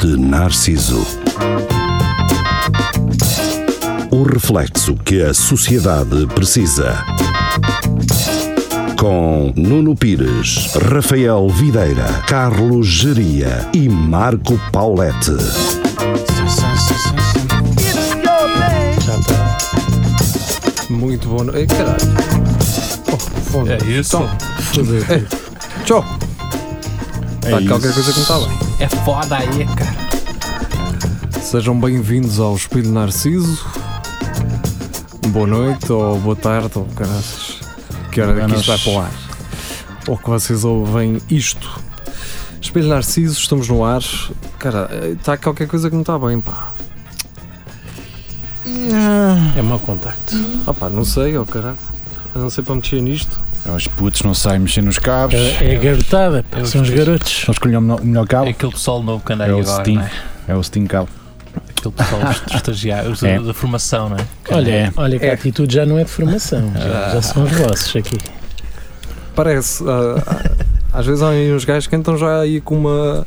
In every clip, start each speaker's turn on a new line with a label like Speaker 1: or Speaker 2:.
Speaker 1: de Narciso. O reflexo que a sociedade precisa. Com Nuno Pires, Rafael Videira, Carlos Geria e Marco Paulette.
Speaker 2: Muito bom. Ei, caralho. Oh,
Speaker 3: É isso.
Speaker 2: É. Tchau. Tá,
Speaker 4: isso.
Speaker 2: qualquer coisa que não está bem.
Speaker 3: É foda aí, cara.
Speaker 2: Sejam bem-vindos ao Espelho Narciso. Boa noite, ou boa tarde, ou caraças. Que hora é que isto vai para o ar? Ou que vocês ouvem isto? Espelho Narciso, estamos no ar. Cara, está qualquer coisa que não está bem, pá.
Speaker 3: É mau contacto.
Speaker 2: Ah pá, não sei, ó caralho. Eu não sei para mexer nisto.
Speaker 4: É Os putos não saem mexer nos cabos.
Speaker 5: É, é garotada, pá,
Speaker 3: Eu
Speaker 5: são os
Speaker 3: fiz.
Speaker 5: garotos.
Speaker 4: Só escolhem o melhor- o melhor
Speaker 3: É
Speaker 4: cabo.
Speaker 3: aquele pessoal novo que anda aí
Speaker 4: É o
Speaker 3: agora,
Speaker 4: Steam.
Speaker 3: não é?
Speaker 4: É o Steam Cabo.
Speaker 3: Aquele pessoal dos estagiários, da-
Speaker 4: É.
Speaker 3: da formação, não é?
Speaker 5: Olha,
Speaker 4: É. Ah.
Speaker 5: olha que
Speaker 2: É.
Speaker 5: a atitude já não é de formação, já, já são os vossos aqui.
Speaker 2: Parece. ah, ah, às vezes há aí uns gajos que entram já aí com uma.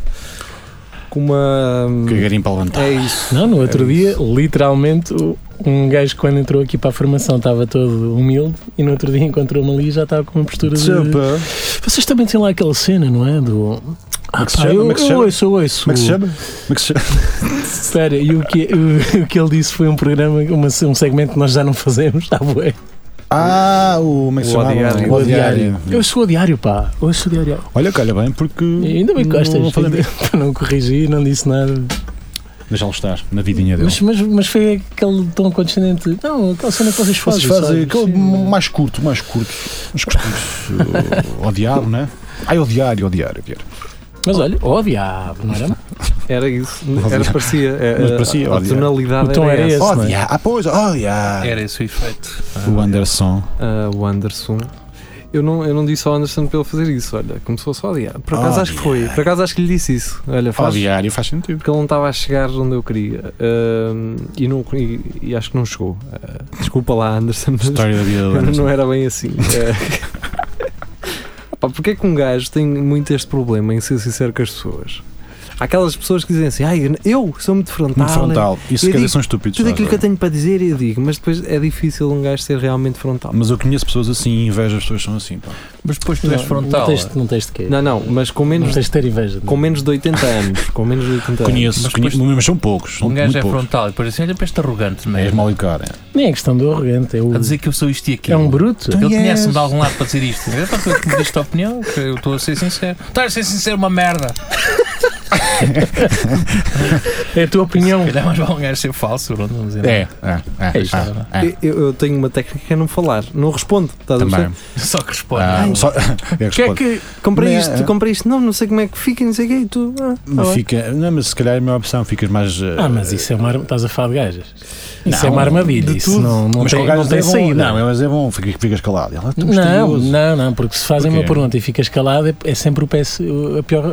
Speaker 2: com uma. hum,
Speaker 4: Que garimpa levantar.
Speaker 2: É isso.
Speaker 5: Não, no outro
Speaker 2: É
Speaker 5: dia, literalmente, o- um gajo quando entrou aqui para a formação estava todo humilde e no outro dia encontrou-me ali e já estava com uma postura de.
Speaker 4: Chupa.
Speaker 5: Vocês também têm lá aquela cena, não é? Do. Ah,
Speaker 4: que se
Speaker 5: pá,
Speaker 4: chama? Como
Speaker 5: eu,
Speaker 4: é que se
Speaker 5: eu
Speaker 4: chama?
Speaker 5: ouço, eu ouço.
Speaker 4: Como é que se chama? Como é que se chama?
Speaker 5: Espera, e o que, o, o que ele disse foi um programa, uma- um segmento que nós já não fazemos, está bué.
Speaker 4: Ah, o. Como é que se
Speaker 2: O
Speaker 4: chamava?
Speaker 2: Odiário.
Speaker 4: O
Speaker 5: O
Speaker 4: Odiário.
Speaker 5: diário. Eu sou o diário, pá. Eu sou o diário.
Speaker 4: Olha, calha bem, porque.
Speaker 5: E ainda bem que gostas.
Speaker 4: Não falei
Speaker 5: para não corrigir, não disse nada.
Speaker 4: Deixá-lo estar, na vidinha dele.
Speaker 5: Mas, mas, mas foi aquele tom condescendente. Não, aquela cena que vocês fazem.
Speaker 4: Vocês fazem
Speaker 5: sabes?
Speaker 4: aquele
Speaker 5: Sim. é?
Speaker 4: mais curto, mais curto. Uns costumes. uh, ao diabo, né? Ai, odiário, odiário, odiário.
Speaker 5: Mas olha, ó diabo, não era?
Speaker 2: Era isso. Era parecia. é,
Speaker 4: Mas parecia,
Speaker 2: a, a
Speaker 4: olha.
Speaker 2: tonalidade
Speaker 5: O tom era
Speaker 2: essa.
Speaker 5: esse. não é?
Speaker 4: Odiário. Ah, pois, odiário.
Speaker 3: Era esse o efeito.
Speaker 4: O Anderson.
Speaker 2: Ah, o Anderson. Eu não, eu não disse ao Anderson para ele fazer isso, olha, começou só a odiar. Por
Speaker 4: Ah,
Speaker 2: acaso acho que foi, por acaso acho que lhe disse isso. Olha, faz,
Speaker 4: Odiário faz sentido.
Speaker 2: porque ele não estava a chegar onde eu queria Ahm, e, não, e, e acho que não chegou. Ah, desculpa lá, Anderson, mas
Speaker 4: História da vida do Anderson.
Speaker 2: não era bem assim. É. Pá, porque é que um gajo tem muito este problema em ser sincero com as pessoas? Há aquelas pessoas que dizem assim, ai, eu sou muito frontal.
Speaker 4: Muito frontal. Isso
Speaker 2: Eu
Speaker 4: quer dizer
Speaker 2: digo
Speaker 4: são estúpidos.
Speaker 2: Tudo
Speaker 4: faz,
Speaker 2: aquilo que eu tenho para dizer eu digo, mas depois é difícil um gajo ser realmente frontal.
Speaker 4: Ah, Mas eu conheço pessoas assim e invejo as pessoas que são assim. Pá.
Speaker 3: Mas depois tu és
Speaker 5: Não
Speaker 3: frontal.
Speaker 5: tens, não tens de quê?
Speaker 2: Não, não, mas com
Speaker 5: Não
Speaker 2: menos,
Speaker 5: tens de ter inveja.
Speaker 2: com menos de 80 anos. Com menos de 80
Speaker 4: Conheço,
Speaker 3: mas
Speaker 4: mas,
Speaker 3: depois-
Speaker 4: conheço mas são poucos. São
Speaker 3: Um gajo
Speaker 4: muito
Speaker 3: é
Speaker 4: poucos.
Speaker 3: frontal e depois assim, olha para este arrogante, não é?
Speaker 4: És mal educado. é.
Speaker 5: Nem é questão do arrogante, é, o,
Speaker 3: A dizer que eu Então, sou isto e aquilo.
Speaker 5: é um bruto.
Speaker 3: Ele
Speaker 4: Yes.
Speaker 3: conhece-me de algum lado para dizer isto. É para tu que me diste a opinião, que eu estou a ser sincero. Estás a ser sincero, é uma merda.
Speaker 5: É a tua opinião.
Speaker 3: Calhar mais vale um gajo ser falso, pronto, não dizer
Speaker 4: É, é,
Speaker 5: É isto,
Speaker 4: é, é, é.
Speaker 2: anos. Eu, eu tenho uma técnica que é não falar, não respondo. Estás a
Speaker 4: Também.
Speaker 2: perceber?
Speaker 3: nada. Só que responde.
Speaker 4: Ah,
Speaker 3: Ai,
Speaker 4: só, é
Speaker 2: O que é
Speaker 4: que
Speaker 2: que. Comprei
Speaker 4: Não,
Speaker 2: isto,
Speaker 4: é.
Speaker 2: comprei isto, não, não sei como é que fica, não sei o quê, e tu. Ah, tá
Speaker 4: não
Speaker 2: bem.
Speaker 4: fica, não, mas se calhar é a minha opção, ficas mais. eh,
Speaker 5: Ah, mas isso é uma arma. Estás a falar de gajas. Isso
Speaker 4: Não,
Speaker 5: é uma armadilha.
Speaker 4: de
Speaker 5: Isso
Speaker 4: tudo.
Speaker 5: não, não
Speaker 4: mas
Speaker 5: tem,
Speaker 4: com gajas
Speaker 5: não tem
Speaker 4: é bom,
Speaker 5: saída.
Speaker 4: Não, mas é bom, ficas, ficas calado. Ela, "Então, tu
Speaker 5: Não,
Speaker 4: misterioso.
Speaker 5: não, não, porque se fazem
Speaker 4: Porquê?
Speaker 5: uma pergunta e ficas calado, é, é sempre o PS, o- a pior.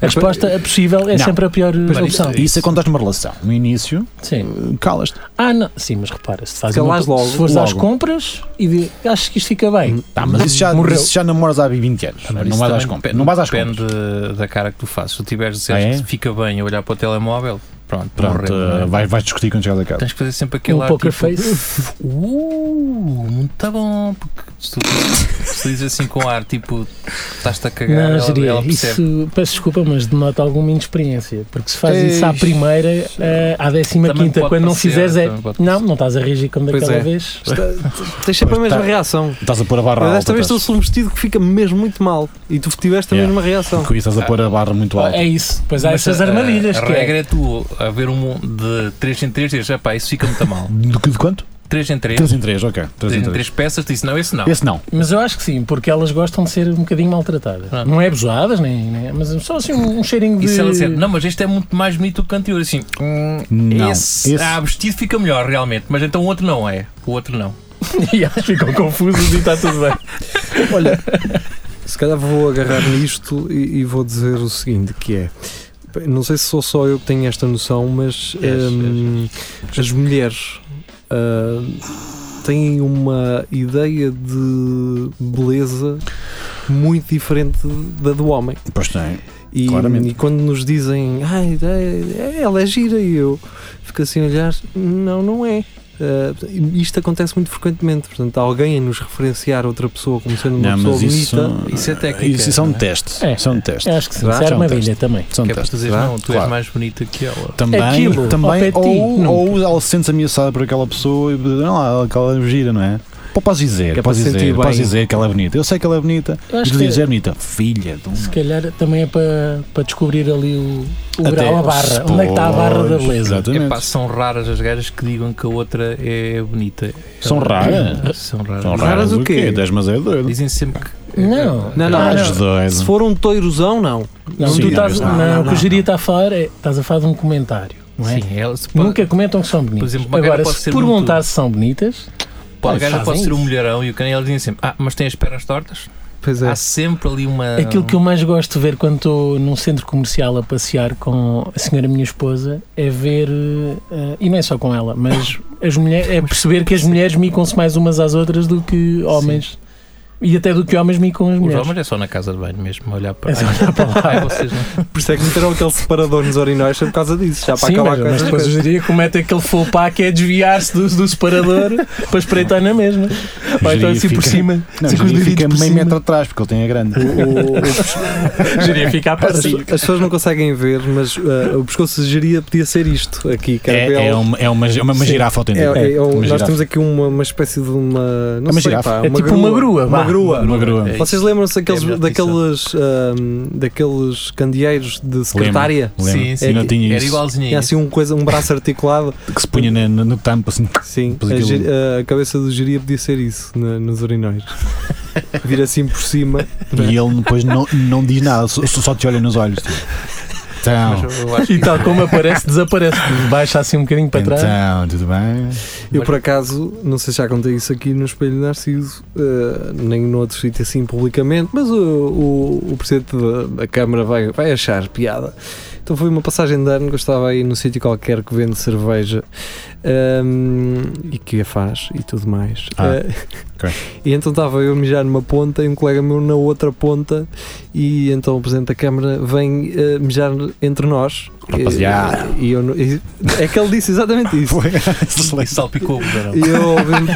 Speaker 5: A resposta a possível é
Speaker 4: Não.
Speaker 5: sempre a pior
Speaker 4: Mas
Speaker 5: opção.
Speaker 4: isso, isso é quando estás numa relação. No início,
Speaker 5: Sim.
Speaker 4: eh, calas-te.
Speaker 5: Ah, não. Sim, mas repara, se, fazes
Speaker 2: Calás logo,
Speaker 5: se fores às
Speaker 4: logo.
Speaker 5: compras e de, acho que isto fica bem.
Speaker 4: Tá, mas isso já,
Speaker 5: Morreu.
Speaker 4: isso já namoras há 20 anos.
Speaker 3: Tá, Mas
Speaker 4: não,
Speaker 3: isso
Speaker 4: vais às
Speaker 3: também
Speaker 4: compras,
Speaker 3: depende-
Speaker 4: não vais às compras.
Speaker 3: Depende da cara que tu fazes. Se tu tiveres de
Speaker 4: Ah,
Speaker 3: dizer
Speaker 4: é?
Speaker 3: que fica bem a olhar para o telemóvel, pronto,
Speaker 4: Pronto,
Speaker 3: morreu, não
Speaker 4: eh,
Speaker 3: é?
Speaker 4: vais, vais discutir quando chegares a casa.
Speaker 3: Tens que fazer sempre aquele
Speaker 5: Um
Speaker 3: ar
Speaker 5: poker
Speaker 3: tipo,
Speaker 5: face.
Speaker 3: Uh, muito tá bom. Porque se tu, se tu dizes assim com ar, tipo, estás-te a cagar,
Speaker 5: Não,
Speaker 3: É, ela,
Speaker 5: geria,
Speaker 3: ela percebe.
Speaker 5: isso peço desculpa, mas denota alguma inexperiência. Porque se fazes isso à
Speaker 4: Ei.
Speaker 5: primeira, eh, à décima
Speaker 3: Também
Speaker 5: quinta,
Speaker 3: pode
Speaker 5: quando não
Speaker 3: parecer,
Speaker 5: fizeres, é.
Speaker 3: também pode
Speaker 5: Não, não estás a reagir como
Speaker 2: Pois
Speaker 5: daquela
Speaker 2: é.
Speaker 5: vez.
Speaker 2: Está- Tens sempre a
Speaker 4: Pois
Speaker 2: mesma
Speaker 4: tá.
Speaker 2: reação.
Speaker 4: Estás a pôr a barra
Speaker 2: Eu
Speaker 4: alta.
Speaker 2: desta vez estou
Speaker 4: estás-
Speaker 2: subvestido que fica mesmo muito mal. E tu tiveste a
Speaker 4: Yeah.
Speaker 2: mesma reação.
Speaker 4: Com isso estás a pôr a barra muito alta.
Speaker 5: É isso. Pois há
Speaker 3: Mas
Speaker 5: essas
Speaker 3: a-
Speaker 5: armadilhas.
Speaker 3: A, a
Speaker 5: que é-
Speaker 3: regra é tu a ver um de 3 em 3 dizes, pá, isso fica muito mal.
Speaker 4: De, de quanto?
Speaker 3: 3 em 3,
Speaker 4: 3 em 3, ok. 3 em 3.
Speaker 3: 3 peças, disse não, esse não.
Speaker 4: Esse não.
Speaker 5: Mas eu acho que sim, porque elas gostam de ser um bocadinho maltratadas.
Speaker 3: Ah.
Speaker 5: Não é abusadas, nem, nem- mas só assim um, um cheirinho de.
Speaker 3: E se ela disser, não, mas este é muito mais bonito do que o anterior, assim, hum,
Speaker 4: Não.
Speaker 3: esse,
Speaker 4: Esse-
Speaker 3: ah, vestido fica melhor realmente, mas então o outro não é. O outro não.
Speaker 5: e elas ficam confusas e está tudo bem.
Speaker 2: Olha, se calhar vou agarrar nisto e, e vou dizer o seguinte: que é. bem, Não sei se sou só eu que tenho esta noção, mas
Speaker 3: És,
Speaker 2: hum, as mulheres hum, têm uma ideia de beleza muito diferente da do homem.
Speaker 4: Pois tem.
Speaker 2: E,
Speaker 4: Claramente.
Speaker 2: e quando nos dizem, ai, é- é- ela é gira, e eu fico assim a olhar, não, não é. Ah, isto acontece muito frequentemente, portanto, alguém a nos referenciar a outra pessoa como sendo uma
Speaker 4: Não,
Speaker 2: pessoa
Speaker 4: mas isso,
Speaker 2: bonita.
Speaker 3: Isso é técnica,
Speaker 4: Isso, isso é um
Speaker 3: não é?
Speaker 4: teste.
Speaker 5: É.
Speaker 4: Isso é um teste.
Speaker 5: Eu acho que sim.
Speaker 4: Será?
Speaker 5: Isso é
Speaker 4: Já um
Speaker 5: armadilha também.
Speaker 4: Isso é um
Speaker 3: Que é para tu
Speaker 4: teste.
Speaker 3: dizeres,
Speaker 2: Será?
Speaker 3: não, tu és
Speaker 4: Claro.
Speaker 3: mais bonita que ela.
Speaker 4: Também,
Speaker 5: Aquilo, ao pé
Speaker 4: também
Speaker 5: de ti,
Speaker 4: ou,
Speaker 5: nunca.
Speaker 4: ou ela se sente ameaçada por aquela pessoa e não, lá, aquela gira, não é? Pô, podes dizer,
Speaker 2: Que é para
Speaker 4: podes,
Speaker 2: se sentir
Speaker 4: dizer podes
Speaker 2: bem.
Speaker 4: dizer que ela é bonita. Eu sei que ela é bonita.
Speaker 5: Eu
Speaker 4: E
Speaker 5: acho
Speaker 4: tu
Speaker 5: que
Speaker 4: dizes, é bonita. Filha de um.
Speaker 5: se calhar também é para, para descobrir ali o, o
Speaker 4: Até-
Speaker 5: grau, a barra. Onde é que está a barra da
Speaker 4: Pois,
Speaker 5: beleza?
Speaker 4: Exatamente.
Speaker 3: Epá, são raras as gajas que digam que a outra é bonita.
Speaker 4: São raras?
Speaker 3: São raras.
Speaker 4: São
Speaker 2: raras
Speaker 4: raras
Speaker 2: o
Speaker 4: o quê?
Speaker 2: quê?
Speaker 4: 10 mas é doido.
Speaker 3: Dizem sempre que.
Speaker 5: Não.
Speaker 2: Não, não,
Speaker 5: Ah,
Speaker 4: és doido.
Speaker 2: Se for um toirozão, não.
Speaker 5: Não,
Speaker 4: Sim,
Speaker 5: tu estás,
Speaker 4: não,
Speaker 5: não,
Speaker 2: não,
Speaker 5: o que
Speaker 2: não,
Speaker 5: o Jiria está a falar é estás a falar de um comentário, não é?
Speaker 3: Sim, ela, se pa-
Speaker 5: Nunca comentam que são bonitas.
Speaker 3: exemplo, uma
Speaker 5: Agora,
Speaker 3: cara pode
Speaker 5: se
Speaker 3: ser muito-
Speaker 5: perguntar se são bonitas,
Speaker 3: pá, a
Speaker 5: Pois,
Speaker 3: gaja pode
Speaker 5: fazem
Speaker 3: ser um
Speaker 5: isso.
Speaker 3: mulherão e o canal dizem sempre: Ah, mas tem as pernas tortas?
Speaker 2: Pois é.
Speaker 3: Há sempre ali uma.
Speaker 5: aquilo que eu mais gosto de ver quando estou num centro comercial a passear com a senhora minha esposa é ver, eh, e não é só com ela, mas as mulheres, é perceber que as mulheres micam-se mais umas às outras do que homens. E até do que homens micam as
Speaker 3: Os
Speaker 5: mulheres.
Speaker 3: homens é só na casa de banho mesmo, a olhar para.
Speaker 5: É só olhar para lá.
Speaker 3: Ai, vocês não.
Speaker 2: Por isso é que meteram aquele separador nos urinóis foi por causa disso, já para
Speaker 5: Sim,
Speaker 2: acabar
Speaker 5: mas,
Speaker 2: com
Speaker 5: mas
Speaker 2: essas
Speaker 5: depois o
Speaker 2: coisas.
Speaker 5: Jiria comete aquele full pá que é desviar-se do, do separador para espreitar na mesma. Ou então
Speaker 4: Jiria
Speaker 5: assim por
Speaker 4: fica-
Speaker 5: cima.
Speaker 4: Não,
Speaker 5: assim com os
Speaker 4: ele fica
Speaker 5: dedos por
Speaker 4: meio
Speaker 5: cima.
Speaker 4: metro atrás, porque ele tem a grande.
Speaker 5: Jiria fica a par.
Speaker 2: As, as pessoas não conseguem ver, mas ah, o pescoço de geria podia ser isto aqui, cara.
Speaker 4: É, é uma, é uma, é uma
Speaker 2: Sim.
Speaker 4: girafa
Speaker 2: É,
Speaker 4: autêntica.
Speaker 2: é um-
Speaker 4: Uma
Speaker 2: nós
Speaker 4: girafa.
Speaker 2: temos aqui uma, uma espécie de uma. Não
Speaker 4: É uma
Speaker 2: sei,
Speaker 4: girafa.
Speaker 2: pá,
Speaker 5: É tipo uma grua,
Speaker 2: Uma
Speaker 5: vá.
Speaker 2: grua.
Speaker 4: Uma grua.
Speaker 3: É isso.
Speaker 2: Vocês lembram-se daqueles,
Speaker 3: É melhor
Speaker 2: daqueles, ahm, daqueles candeeiros de secretária?
Speaker 4: Lembro.
Speaker 3: Sim, sim.
Speaker 4: Eu não tinha
Speaker 3: Era
Speaker 4: isso.
Speaker 3: igualzinho
Speaker 5: É
Speaker 2: Tinha
Speaker 3: a
Speaker 2: assim
Speaker 3: isso.
Speaker 2: um, coisa, um braço articulado.
Speaker 4: Que se punha na- na- no tampo assim.
Speaker 2: Sim,
Speaker 4: Pois
Speaker 2: a,
Speaker 4: aquilo-
Speaker 2: gir- a cabeça do geria podia ser isso na- nos urinóis. Vir assim por cima.
Speaker 4: E ele depois não, não diz nada, só, só te olha nos olhos. tipo.
Speaker 5: assim,
Speaker 4: Então,
Speaker 3: Mas eu acho
Speaker 5: E tal como aparece, desaparece. Baixa assim um bocadinho para trás.
Speaker 4: então, tudo bem?
Speaker 2: Eu
Speaker 3: Mas-
Speaker 2: por acaso, não sei se já contei isso aqui no Espelho de Narciso, eh, nem noutro sítio assim publicamente, mas o, o, o presidente da, da Câmara vai, vai achar piada. Então foi uma passagem de ano que eu estava aí num sítio qualquer que vende cerveja ehm, e que a faz e tudo mais.
Speaker 4: Ah,
Speaker 2: Eh,
Speaker 4: ok.
Speaker 2: E então estava eu a mijar numa ponta e um colega meu na outra ponta e então o presidente da Câmara vem eh, mijar entre nós. Eh,
Speaker 4: Rapaziada.
Speaker 2: E, e eu, não- e- é que ele disse exatamente isso.
Speaker 4: Foi.
Speaker 3: que salpicou o verão.
Speaker 2: E eu ouvi-me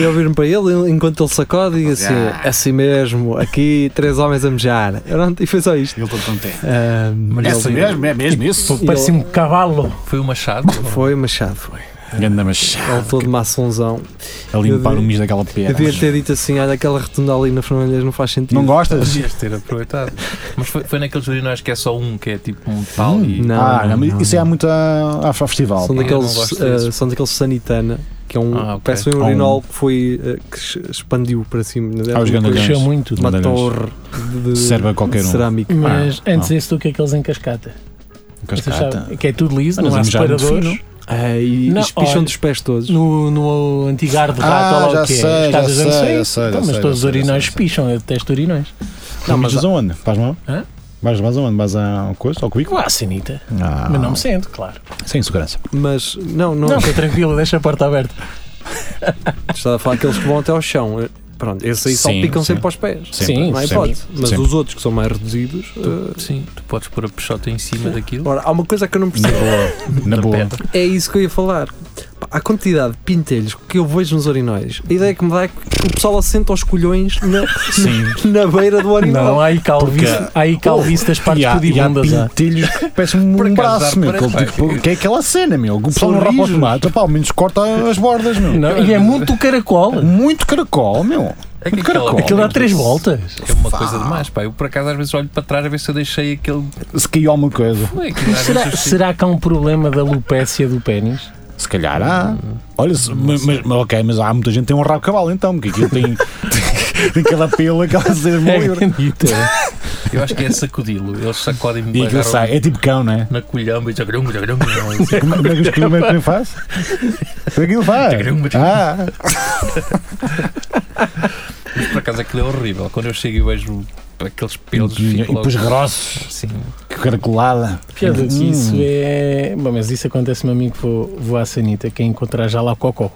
Speaker 2: eu ouvi-me para ele enquanto ele sacode e assim, assim mesmo, aqui três homens a mejar. Pronto, E foi só isto.
Speaker 4: Ele todo contente.
Speaker 2: Ah,
Speaker 3: Mas
Speaker 4: É
Speaker 3: ele-
Speaker 4: assim mesmo? É mesmo isso?
Speaker 2: E
Speaker 5: Parece
Speaker 2: ele-
Speaker 5: um cavalo.
Speaker 3: Foi o Machado?
Speaker 2: Foi Machado, foi.
Speaker 4: Ganda machado.
Speaker 2: Ele todo maçonzão.
Speaker 4: A limpar
Speaker 2: Eu
Speaker 4: o
Speaker 2: devia-
Speaker 4: mijo daquela pedra.
Speaker 2: Devia ter dito assim, olha aquela retunda ali na Fernandes não faz sentido.
Speaker 4: Não gostas?
Speaker 3: Podias ter aproveitado. Mas foi, foi naqueles urinóis que é só um, que é tipo um pau
Speaker 5: Hum.
Speaker 3: e.
Speaker 2: Não,
Speaker 4: ah,
Speaker 2: não,
Speaker 4: não, mas
Speaker 2: não,
Speaker 4: isso é
Speaker 2: não.
Speaker 4: muito a, a
Speaker 2: São
Speaker 4: festival. pá.
Speaker 3: Eu não
Speaker 2: daqueles,
Speaker 3: gosto disso.
Speaker 2: ah, são daqueles Sanitana, que é um,
Speaker 3: Ah, ok.
Speaker 2: parece
Speaker 4: Há
Speaker 2: um
Speaker 4: um-
Speaker 2: urinol que foi, ah, que se expandiu para cima. Era
Speaker 4: Há os
Speaker 2: uma coisa-
Speaker 4: gandalhões.
Speaker 5: Cresceu muito.
Speaker 2: Uma
Speaker 4: Gandalhões.
Speaker 2: torre de, de
Speaker 4: Serve a qualquer um.
Speaker 2: cerâmica.
Speaker 5: Mas
Speaker 4: Ah,
Speaker 5: antes
Speaker 4: não.
Speaker 5: desse do que aqueles em cascata. Vocês
Speaker 4: Cascata.
Speaker 5: sabem? Que é tudo liso,
Speaker 4: Ah, nós
Speaker 5: não há
Speaker 4: vamos já muito
Speaker 5: separadores.
Speaker 4: fino.
Speaker 2: Ah, e e
Speaker 5: Não,
Speaker 2: espicham
Speaker 5: olha,
Speaker 2: dos pés todos.
Speaker 5: No, no antigo ar de
Speaker 4: Ah,
Speaker 5: rato, ou lá
Speaker 4: já
Speaker 5: o que
Speaker 4: sei,
Speaker 5: é.
Speaker 4: já
Speaker 5: As casas
Speaker 4: sei,
Speaker 5: eu não sei.
Speaker 4: já sei, já
Speaker 5: Então, mas
Speaker 4: sei,
Speaker 5: todos
Speaker 4: já sei,
Speaker 5: os
Speaker 4: já
Speaker 5: urinóis
Speaker 4: sei.
Speaker 5: picham. Eu detesto urinóis.
Speaker 4: Não,
Speaker 2: Não,
Speaker 4: mas
Speaker 2: mas
Speaker 4: vais aonde? Vais mal?
Speaker 5: Hã?
Speaker 4: Vais, vais aonde? Vais ao coisa? Ao cubico?
Speaker 5: Lá, sinita.
Speaker 4: Ah,
Speaker 5: Mas não me sento, claro.
Speaker 4: Sem segurança.
Speaker 2: Mas não, não,
Speaker 5: Não, estou tranquilo, deixa a porta aberta.
Speaker 2: estava a falar aqueles que vão até ao chão. Eh, Pronto, esses aí só
Speaker 4: Sim,
Speaker 2: picam
Speaker 4: sim.
Speaker 2: sempre aos pés.
Speaker 4: Sempre,
Speaker 5: Sim,
Speaker 2: não há
Speaker 4: sempre.
Speaker 2: hipótese. Mas
Speaker 4: Sempre.
Speaker 2: os outros que são mais reduzidos. eh,
Speaker 3: Sim, tu podes pôr a peixota em cima daquilo.
Speaker 2: Ora, há uma coisa que eu não
Speaker 4: Na
Speaker 2: percebo.
Speaker 4: boa. Na
Speaker 3: da
Speaker 4: boa.
Speaker 3: pedra.
Speaker 2: É isso que eu ia falar. Pá, A quantidade de pintelhos que eu vejo nos urinóis, a ideia que me dá é que o pessoal assenta aos colhões na,
Speaker 4: Sim.
Speaker 2: na beira do
Speaker 5: Não,
Speaker 2: urinal.
Speaker 5: há aí calvície, há aí calvície das
Speaker 4: E
Speaker 5: partes ah.
Speaker 4: há, e há
Speaker 5: pudibundas. há.
Speaker 4: pintelhos que parecem
Speaker 3: Por
Speaker 4: um
Speaker 3: acaso,
Speaker 4: braço,
Speaker 3: dá
Speaker 4: meu.
Speaker 3: para-
Speaker 4: aquele tipo, que é aquela cena, meu. O pessoal
Speaker 5: São
Speaker 4: não rapa
Speaker 5: rijos.
Speaker 4: o mato, pá, ao menos corta as bordas, meu.
Speaker 5: Não, e é muito caracol.
Speaker 4: Muito caracol, meu.
Speaker 3: É que
Speaker 4: Caracol.
Speaker 5: Aquilo dá três voltas.
Speaker 3: É uma coisa demais, pá. Eu por acaso às vezes olho para trás a ver se eu deixei aquele.
Speaker 4: Se caiu alguma coisa.
Speaker 3: Ué, aquilo às
Speaker 5: Será,
Speaker 3: vezes eu-
Speaker 5: será que há um problema da alopécia do pênis?
Speaker 4: Se calhar há. Olha, se- mas, mas- mas ok, mas há muita gente que tem um rabo de cavalo então, porque aquilo tem, tem aquela pila, aquela cena
Speaker 5: É
Speaker 4: maluca.
Speaker 5: bonita.
Speaker 3: Eu acho que é sacudi-lo. Eles sacodem-me
Speaker 4: E aquilo
Speaker 3: agarram
Speaker 4: sai, é tipo cão, não é?
Speaker 3: na colhamba e jagrão, jagrão, jagrão, assim.
Speaker 4: Como, como é que os quilómetros também faz? é Aquilo faz. Ah,
Speaker 3: Mas por acaso aquilo é horrível. Quando eu chego e vejo aqueles pelos.
Speaker 4: e
Speaker 3: fico logo-
Speaker 4: depois grossos,
Speaker 3: Sim.
Speaker 4: que caracolada.
Speaker 5: Pior do que isso
Speaker 4: Hum.
Speaker 5: é. Bom, mas isso acontece-me a mim que vou, vou à Sanita, que é encontrar já lá o Cocó.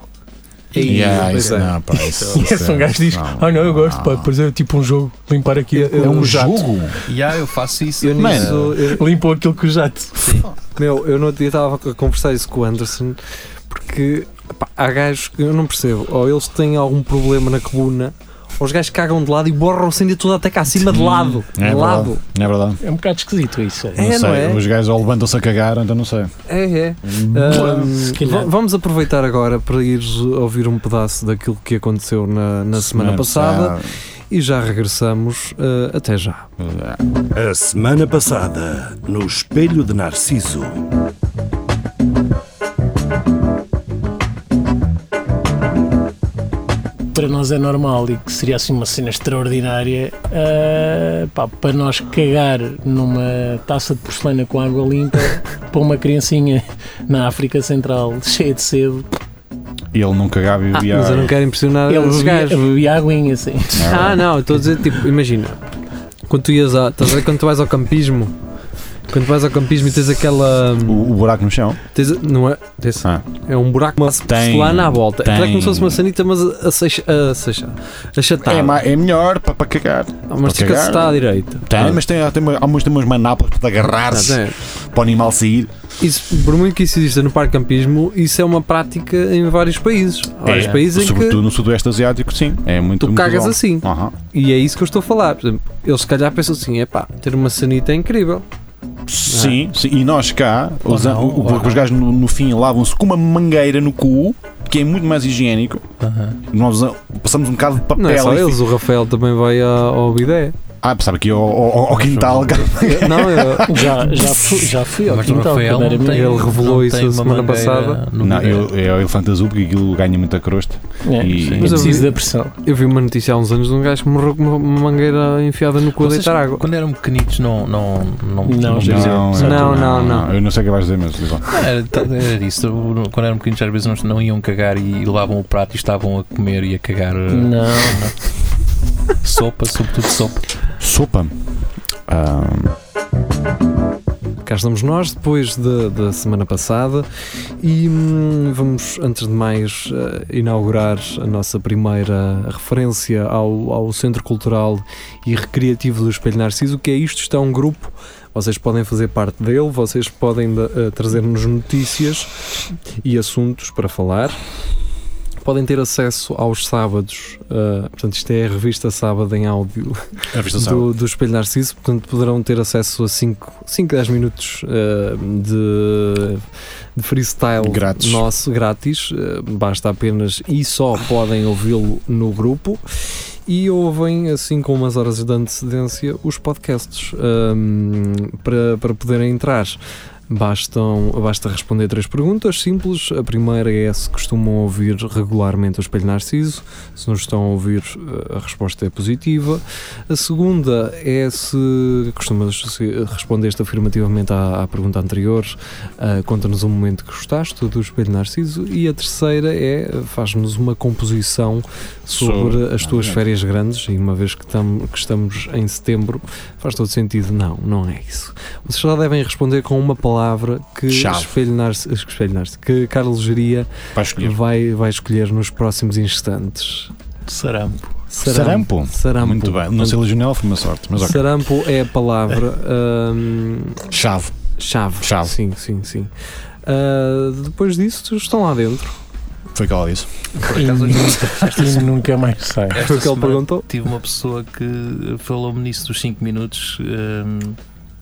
Speaker 2: E-
Speaker 4: Yeah,
Speaker 2: pois
Speaker 4: isso
Speaker 2: é.
Speaker 4: não, pá, isso- é
Speaker 5: Esse um gajo diz: Ah, não, eu gosto, pá, por exemplo, tipo um jogo, limpar aquilo.
Speaker 2: Eu-
Speaker 4: É um
Speaker 2: eu-
Speaker 4: jogo?
Speaker 3: E ah, eu faço isso.
Speaker 2: Eu
Speaker 4: Mano.
Speaker 2: nisso, eu-
Speaker 5: Limpou aquilo com o jato.
Speaker 2: meu, eu no outro dia estava a conversar isso com o Anderson porque pá, há gajos que eu não percebo, ou eles têm algum problema na coluna, ou os gajos cagam de lado e borram o sangue tudo até cá acima de lado.
Speaker 4: É
Speaker 2: de lado.
Speaker 4: verdade. É verdade.
Speaker 5: É um bocado esquisito isso.
Speaker 2: É,
Speaker 4: Não
Speaker 2: não
Speaker 4: sei.
Speaker 2: é?
Speaker 4: Os gajos ou levantam-se a cagar, então não sei.
Speaker 2: É, é.
Speaker 5: se
Speaker 2: Ahm,
Speaker 5: calhar.
Speaker 2: va- vamos aproveitar agora para ires ouvir um pedaço daquilo que aconteceu na, na semana, passada e já regressamos. ah, até já.
Speaker 4: passada.
Speaker 1: A semana passada, no Espelho de Narciso.
Speaker 5: Para nós é normal e que seria assim uma cena extraordinária. ah, pá, para nós cagar numa taça de porcelana com água limpa para uma criancinha na África Central cheia de sebo,
Speaker 4: E ele não cagava e via.
Speaker 2: Ah, Mas Ah, eu não quero impressionar
Speaker 5: ele
Speaker 2: os
Speaker 5: bebia,
Speaker 2: gajos.
Speaker 5: bebia aguinha assim.
Speaker 2: Ah, não, estou a dizer, tipo, imagina, quando tu ias a, estás a ver quando tu vais ao campismo, quando vais ao campismo e tens aquela.
Speaker 4: O, o buraco no chão.
Speaker 2: Tens, a- não é? Tens,
Speaker 4: Ah.
Speaker 2: é um buraco, uma porcelana à volta.
Speaker 4: tem.
Speaker 2: Aquilo é como se fosse uma sanita, mas a, a, seixa- a, seixa- achatada.
Speaker 4: É, ma- é melhor para, para cagar.
Speaker 2: mas
Speaker 4: para cagar.
Speaker 2: fica-se está à direita.
Speaker 4: Tem, mas tem, tem, uma- há umas, tem umas manápolas para agarrar-se,
Speaker 2: Não, não Tá. é?
Speaker 4: para o animal sair.
Speaker 2: Isso, por muito que isso exista no parque campismo, isso é uma prática em vários países. Há vários
Speaker 4: É,
Speaker 2: países em
Speaker 4: Sobretudo
Speaker 2: que
Speaker 4: no Sudoeste Asiático, sim. É muito
Speaker 2: tu
Speaker 4: muito
Speaker 2: cagas
Speaker 4: bom.
Speaker 2: assim.
Speaker 4: Aham.
Speaker 2: E é isso que eu estou a falar. Por exemplo, eles se calhar pensam assim: é pá, ter uma sanita é incrível.
Speaker 4: Sim, sim, e nós cá, usa-
Speaker 3: não,
Speaker 4: o-
Speaker 3: ou
Speaker 4: porque
Speaker 3: não.
Speaker 4: os gajos no, no fim lavam-se com uma mangueira no cu, que é muito mais higiênico. Nós usa- passamos um bocado de papel.
Speaker 2: Não é só
Speaker 4: e
Speaker 2: eles,
Speaker 4: fi-
Speaker 2: o Rafael também vai a- ao Bidé.
Speaker 4: Ah, sabe aqui ao, ao, ao quintal. cara.
Speaker 2: Não, eu,
Speaker 5: Já, já, fui, já fui ao
Speaker 3: Mas o
Speaker 5: quintal,
Speaker 3: Rafael não
Speaker 5: primeiramente.
Speaker 2: tem-
Speaker 3: tem,
Speaker 2: Ele revelou
Speaker 3: não
Speaker 2: isso
Speaker 3: tem
Speaker 2: a
Speaker 3: uma
Speaker 2: semana
Speaker 3: mangueira
Speaker 2: passada.
Speaker 3: no
Speaker 4: Não,
Speaker 3: bidé.
Speaker 4: eu- é o elefante azul porque aquilo ganha muita crosta.
Speaker 5: É,
Speaker 4: E-
Speaker 5: é
Speaker 4: Mas
Speaker 2: eu
Speaker 5: preciso
Speaker 2: vi-
Speaker 5: da pressão.
Speaker 2: eu vi uma notícia há uns anos de um gajo que morreu com uma uma mangueira enfiada no cu a
Speaker 3: Vocês,
Speaker 2: deitar água.
Speaker 3: Quando eram pequenitos, não. Não, não,
Speaker 5: Não,
Speaker 3: não,
Speaker 5: já
Speaker 2: Não, não, não.
Speaker 4: Eu não sei o que vais dizer, mas diz lá.
Speaker 3: Era, tá, era isso. Quando eram pequenitos, às vezes não, não iam cagar e lavam o prato e estavam a comer e a cagar
Speaker 4: É.
Speaker 3: eh,
Speaker 5: Não,
Speaker 3: sopa, sobretudo sopa.
Speaker 4: Sopa. Ah,
Speaker 2: Cá estamos nós, depois da, da semana passada, e hum, vamos, antes de mais, eh, inaugurar a nossa primeira referência ao, ao Centro Cultural e Recreativo do Espelho Narciso, que é isto, isto é um grupo, vocês podem fazer parte dele, vocês podem da- eh, trazer-nos notícias e assuntos para falar. Podem ter acesso aos sábados, eh, portanto, isto é a revista Sábado em áudio
Speaker 4: a vista
Speaker 2: do, do Espelho Narciso, portanto poderão ter acesso a 5, 10 minutos eh, de, de freestyle
Speaker 4: Grátis.
Speaker 2: nosso, grátis. eh, basta apenas e só podem ouvi-lo no grupo. E ouvem, assim com umas horas de antecedência, os podcasts Ahm, para, para poderem entrar. Bastam, basta responder três perguntas simples. A primeira é se costumam ouvir regularmente o Espelho Narciso. Se nos estão a ouvir, eh, a resposta é positiva. A segunda é se costumas se respondeste afirmativamente à, à pergunta anterior, ah, conta-nos um momento que gostaste do Espelho Narciso. E a terceira é eh, faz-nos uma composição sobre
Speaker 4: Sobre-
Speaker 2: as tuas
Speaker 4: Ah, é.
Speaker 2: férias grandes. E uma vez que, tam- que estamos em setembro, faz todo sentido. Não, não é isso. Vocês já devem responder com uma palavra que
Speaker 4: Chave.
Speaker 2: Espelho Narciso, Espelho Narciso, que Carlos Geria
Speaker 4: Vai escolher.
Speaker 2: vai, vai escolher nos próximos instantes.
Speaker 5: sarampo.
Speaker 4: Sarampo.
Speaker 2: Sarampo.
Speaker 4: Muito bem. Não sei legionela, foi uma sorte, mas ok.
Speaker 2: Sarampo é a palavra hum,
Speaker 4: Chave.
Speaker 2: chave.
Speaker 4: Chave.
Speaker 2: Sim, sim, sim. Ah, depois disso, estão lá dentro.
Speaker 4: Foi o que ela disse.
Speaker 5: E,
Speaker 3: acaso,
Speaker 5: e nunca mais sai.
Speaker 3: Esta
Speaker 2: Foi o que ele
Speaker 3: semana
Speaker 2: perguntou.
Speaker 3: Tive uma pessoa que falou-me nisso dos 5 minutos hum,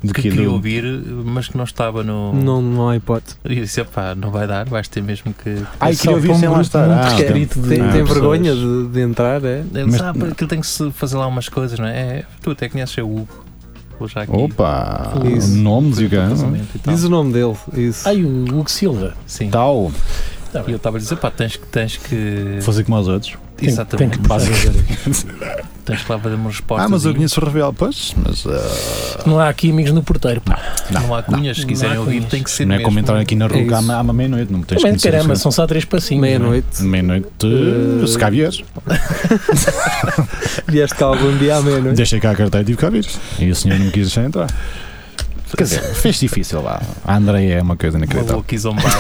Speaker 4: De
Speaker 3: que
Speaker 4: que
Speaker 3: queria
Speaker 4: do-
Speaker 3: ouvir, mas que não estava no.
Speaker 2: Não, não há hipótese.
Speaker 3: E eu disse: "Epá, não vai dar, vais ter mesmo que.
Speaker 4: Ai,
Speaker 5: É
Speaker 4: queria
Speaker 5: só
Speaker 4: ouvir
Speaker 5: para um
Speaker 4: sem lá
Speaker 5: grupo
Speaker 4: estar.
Speaker 5: muito
Speaker 4: Ah, ok.
Speaker 5: restrito de-
Speaker 2: Tem,
Speaker 4: Ah,
Speaker 5: de
Speaker 2: tem
Speaker 5: pessoas.
Speaker 2: vergonha de, de entrar, é?
Speaker 3: Ele
Speaker 4: Mas-
Speaker 3: disse, ah, pá, aquilo tem que se fazer lá umas coisas, não é? É, Tu até conheces o Hugo. Vou já aqui.
Speaker 4: Opa!
Speaker 2: Isso.
Speaker 4: Nomes e o quê?
Speaker 3: casamento e tal.
Speaker 2: Diz o nome dele. Isso.
Speaker 5: Ai, o Hugo Silva.
Speaker 3: Sim.
Speaker 4: Tal.
Speaker 3: E eu estava a dizer, pá, tens que. Tens que
Speaker 4: Fazer como aos outros.
Speaker 5: Tem, tem
Speaker 3: exatamente. um
Speaker 5: que te fazer.
Speaker 3: Tens que lá fazer uma resposta.
Speaker 4: Ah, mas eu conheço o Ravel, pois, mas ah,
Speaker 5: Não há químicos no porteiro. Pá.
Speaker 4: Não,
Speaker 3: Não há cunhas, se
Speaker 5: não.
Speaker 3: quiserem
Speaker 5: Não há
Speaker 3: ouvir,
Speaker 5: cunhas.
Speaker 3: tem que ser.
Speaker 4: não é
Speaker 3: mesmo.
Speaker 4: como entrar aqui na
Speaker 2: É
Speaker 4: ruga
Speaker 2: isso.
Speaker 4: à à meia-noite, não me tens
Speaker 5: Também, é
Speaker 4: de conhecer
Speaker 5: caramba,
Speaker 4: assim.
Speaker 5: são só três passinhos. é?
Speaker 2: Meia-noite.
Speaker 4: Meia-noite,
Speaker 2: Eh,
Speaker 4: se cá vieres.
Speaker 2: Vieste cá algum dia à meia-noite.
Speaker 4: Deixei cá a carteira e tive cá vir. E o senhor não me quis deixar entrar. Quer dizer, fez difícil lá. A Andrei é uma coisa
Speaker 3: Uma
Speaker 4: inacreditável.
Speaker 3: louca e zombada.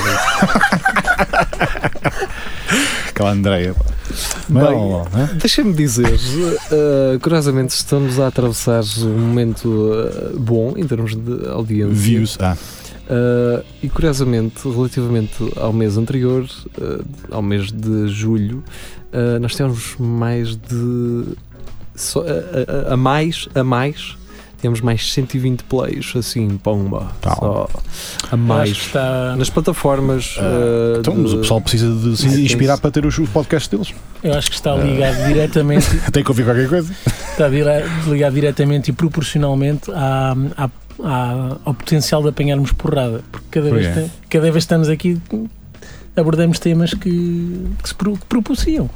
Speaker 4: Aquela Andreia. pá.
Speaker 2: Bem,
Speaker 4: Não, não, não, né?
Speaker 2: Deixa-me dizer, eh, curiosamente estamos a atravessar um momento eh, bom em termos de audiência.
Speaker 4: Views. Ah,
Speaker 2: Eh, e curiosamente, relativamente ao mês anterior, eh, ao mês de julho, eh, nós temos mais de. só- ah, a, a- a mais, a mais, temos mais 120 plays, assim, pomba.
Speaker 4: Tá.
Speaker 2: Só, a
Speaker 5: Acho que
Speaker 2: mais.
Speaker 5: está,
Speaker 2: Nas plataformas.
Speaker 4: Ah,
Speaker 2: eh,
Speaker 4: então, mas
Speaker 2: de-
Speaker 4: o pessoal precisa de se
Speaker 2: Sim,
Speaker 4: inspirar
Speaker 2: sim.
Speaker 4: para ter os os podcasts deles.
Speaker 5: eu acho que está ligado diretamente,
Speaker 4: Tem que ouvir qualquer coisa.
Speaker 5: está dire- ligado diretamente e proporcionalmente à, à- à- ao potencial de apanharmos porrada. Porque cada vez,
Speaker 4: Pois é.
Speaker 5: tem- cada vez que estamos aqui abordamos temas que, que se pro- que propiciam.
Speaker 2: Ah,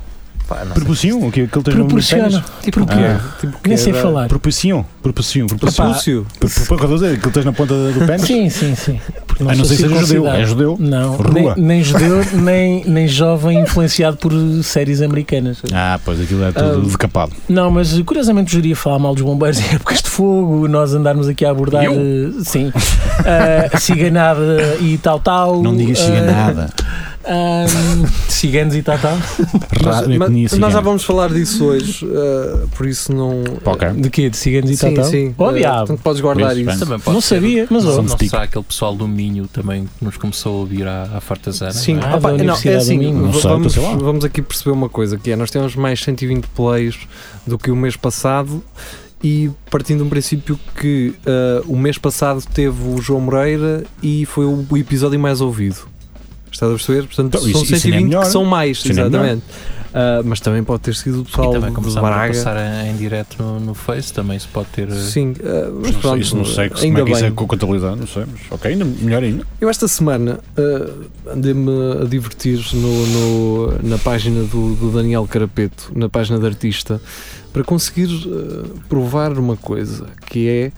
Speaker 3: Pá, não sei.
Speaker 4: Propociam? O que aquele termo
Speaker 5: Proporcionam. Tipo o quê?
Speaker 4: Ah.
Speaker 2: tipo que
Speaker 5: Nem sei
Speaker 2: era-
Speaker 5: falar.
Speaker 4: Propiciam. Propiciam. Propiciam.
Speaker 2: Prepúcio.
Speaker 4: Propiciam. Aquilo tens na ponta do pênis.
Speaker 5: Sim, sim, sim. Porque
Speaker 4: A não
Speaker 5: sou
Speaker 4: ser seja judeu.
Speaker 5: circuncidado.
Speaker 4: É judeu.
Speaker 5: Não,
Speaker 4: Rua.
Speaker 5: nem, nem judeu, nem, nem jovem influenciado por séries americanas.
Speaker 4: Ah, pois aquilo é tudo
Speaker 2: Ah.
Speaker 4: decapado.
Speaker 5: Não, mas curiosamente eu iria falar mal dos bombeiros em épocas de fogo, nós andarmos aqui a abordar eh, sim, eh, ciganada e tal tal.
Speaker 4: Não digas
Speaker 2: ah,
Speaker 5: eh,
Speaker 4: nada.
Speaker 5: ahm, ciganos e tal tal.
Speaker 2: Nós,
Speaker 4: Rádio
Speaker 2: mas-
Speaker 4: etnia
Speaker 2: nós já
Speaker 4: cigana.
Speaker 2: vamos falar disso hoje, eh, por isso não.
Speaker 4: Ok.
Speaker 5: De quê? De ciganos e tal
Speaker 2: Sim,
Speaker 5: tal?
Speaker 2: sim.
Speaker 5: Oh,
Speaker 2: Eh,
Speaker 5: diabo.
Speaker 2: portanto, podes guardar
Speaker 4: então? Vês?
Speaker 2: isso.
Speaker 3: Também pode
Speaker 5: Não
Speaker 3: ser. um
Speaker 5: sabia, mas
Speaker 3: Não,
Speaker 5: oh.
Speaker 3: não
Speaker 4: Stick.
Speaker 3: será aquele pessoal do Minho também que nos começou a ouvir à, à fartazana?
Speaker 2: Sim,
Speaker 3: não é?
Speaker 5: Ah,
Speaker 2: opa,
Speaker 5: da
Speaker 2: não, é
Speaker 5: Universidade
Speaker 2: assim,
Speaker 5: do Minho.
Speaker 4: Não
Speaker 2: v-
Speaker 4: sei,
Speaker 2: vamos,
Speaker 4: sei lá.
Speaker 2: vamos aqui perceber uma coisa, que é, nós temos mais 120 plays do que o mês passado e partindo de um princípio que ah, o mês passado teve o João Moreira e foi o, o episódio mais ouvido. Estás a perceber? Portanto,
Speaker 4: Então,
Speaker 2: são
Speaker 4: isso- isso ainda é
Speaker 2: 120
Speaker 4: melhor.
Speaker 2: que são mais,
Speaker 4: Isso ainda é
Speaker 2: exatamente. Ah, mas também pode ter sido o
Speaker 3: E
Speaker 2: pessoal
Speaker 3: também
Speaker 2: de
Speaker 3: começámos a
Speaker 2: Braga.
Speaker 3: passar em, em direto no, no Face, também se pode ter. eh,
Speaker 2: Sim, ah, mas
Speaker 4: Não sei,
Speaker 2: pronto,
Speaker 4: isso não sei como
Speaker 2: ainda
Speaker 4: é que isso é
Speaker 2: bem.
Speaker 4: contabilizado, não sei, mas ok, ainda melhor ainda.
Speaker 2: Eu esta semana ah, andei-me a divertir no, no- na página do, do Daniel Carapeto, na página de artista, para conseguir ah, provar uma coisa, que é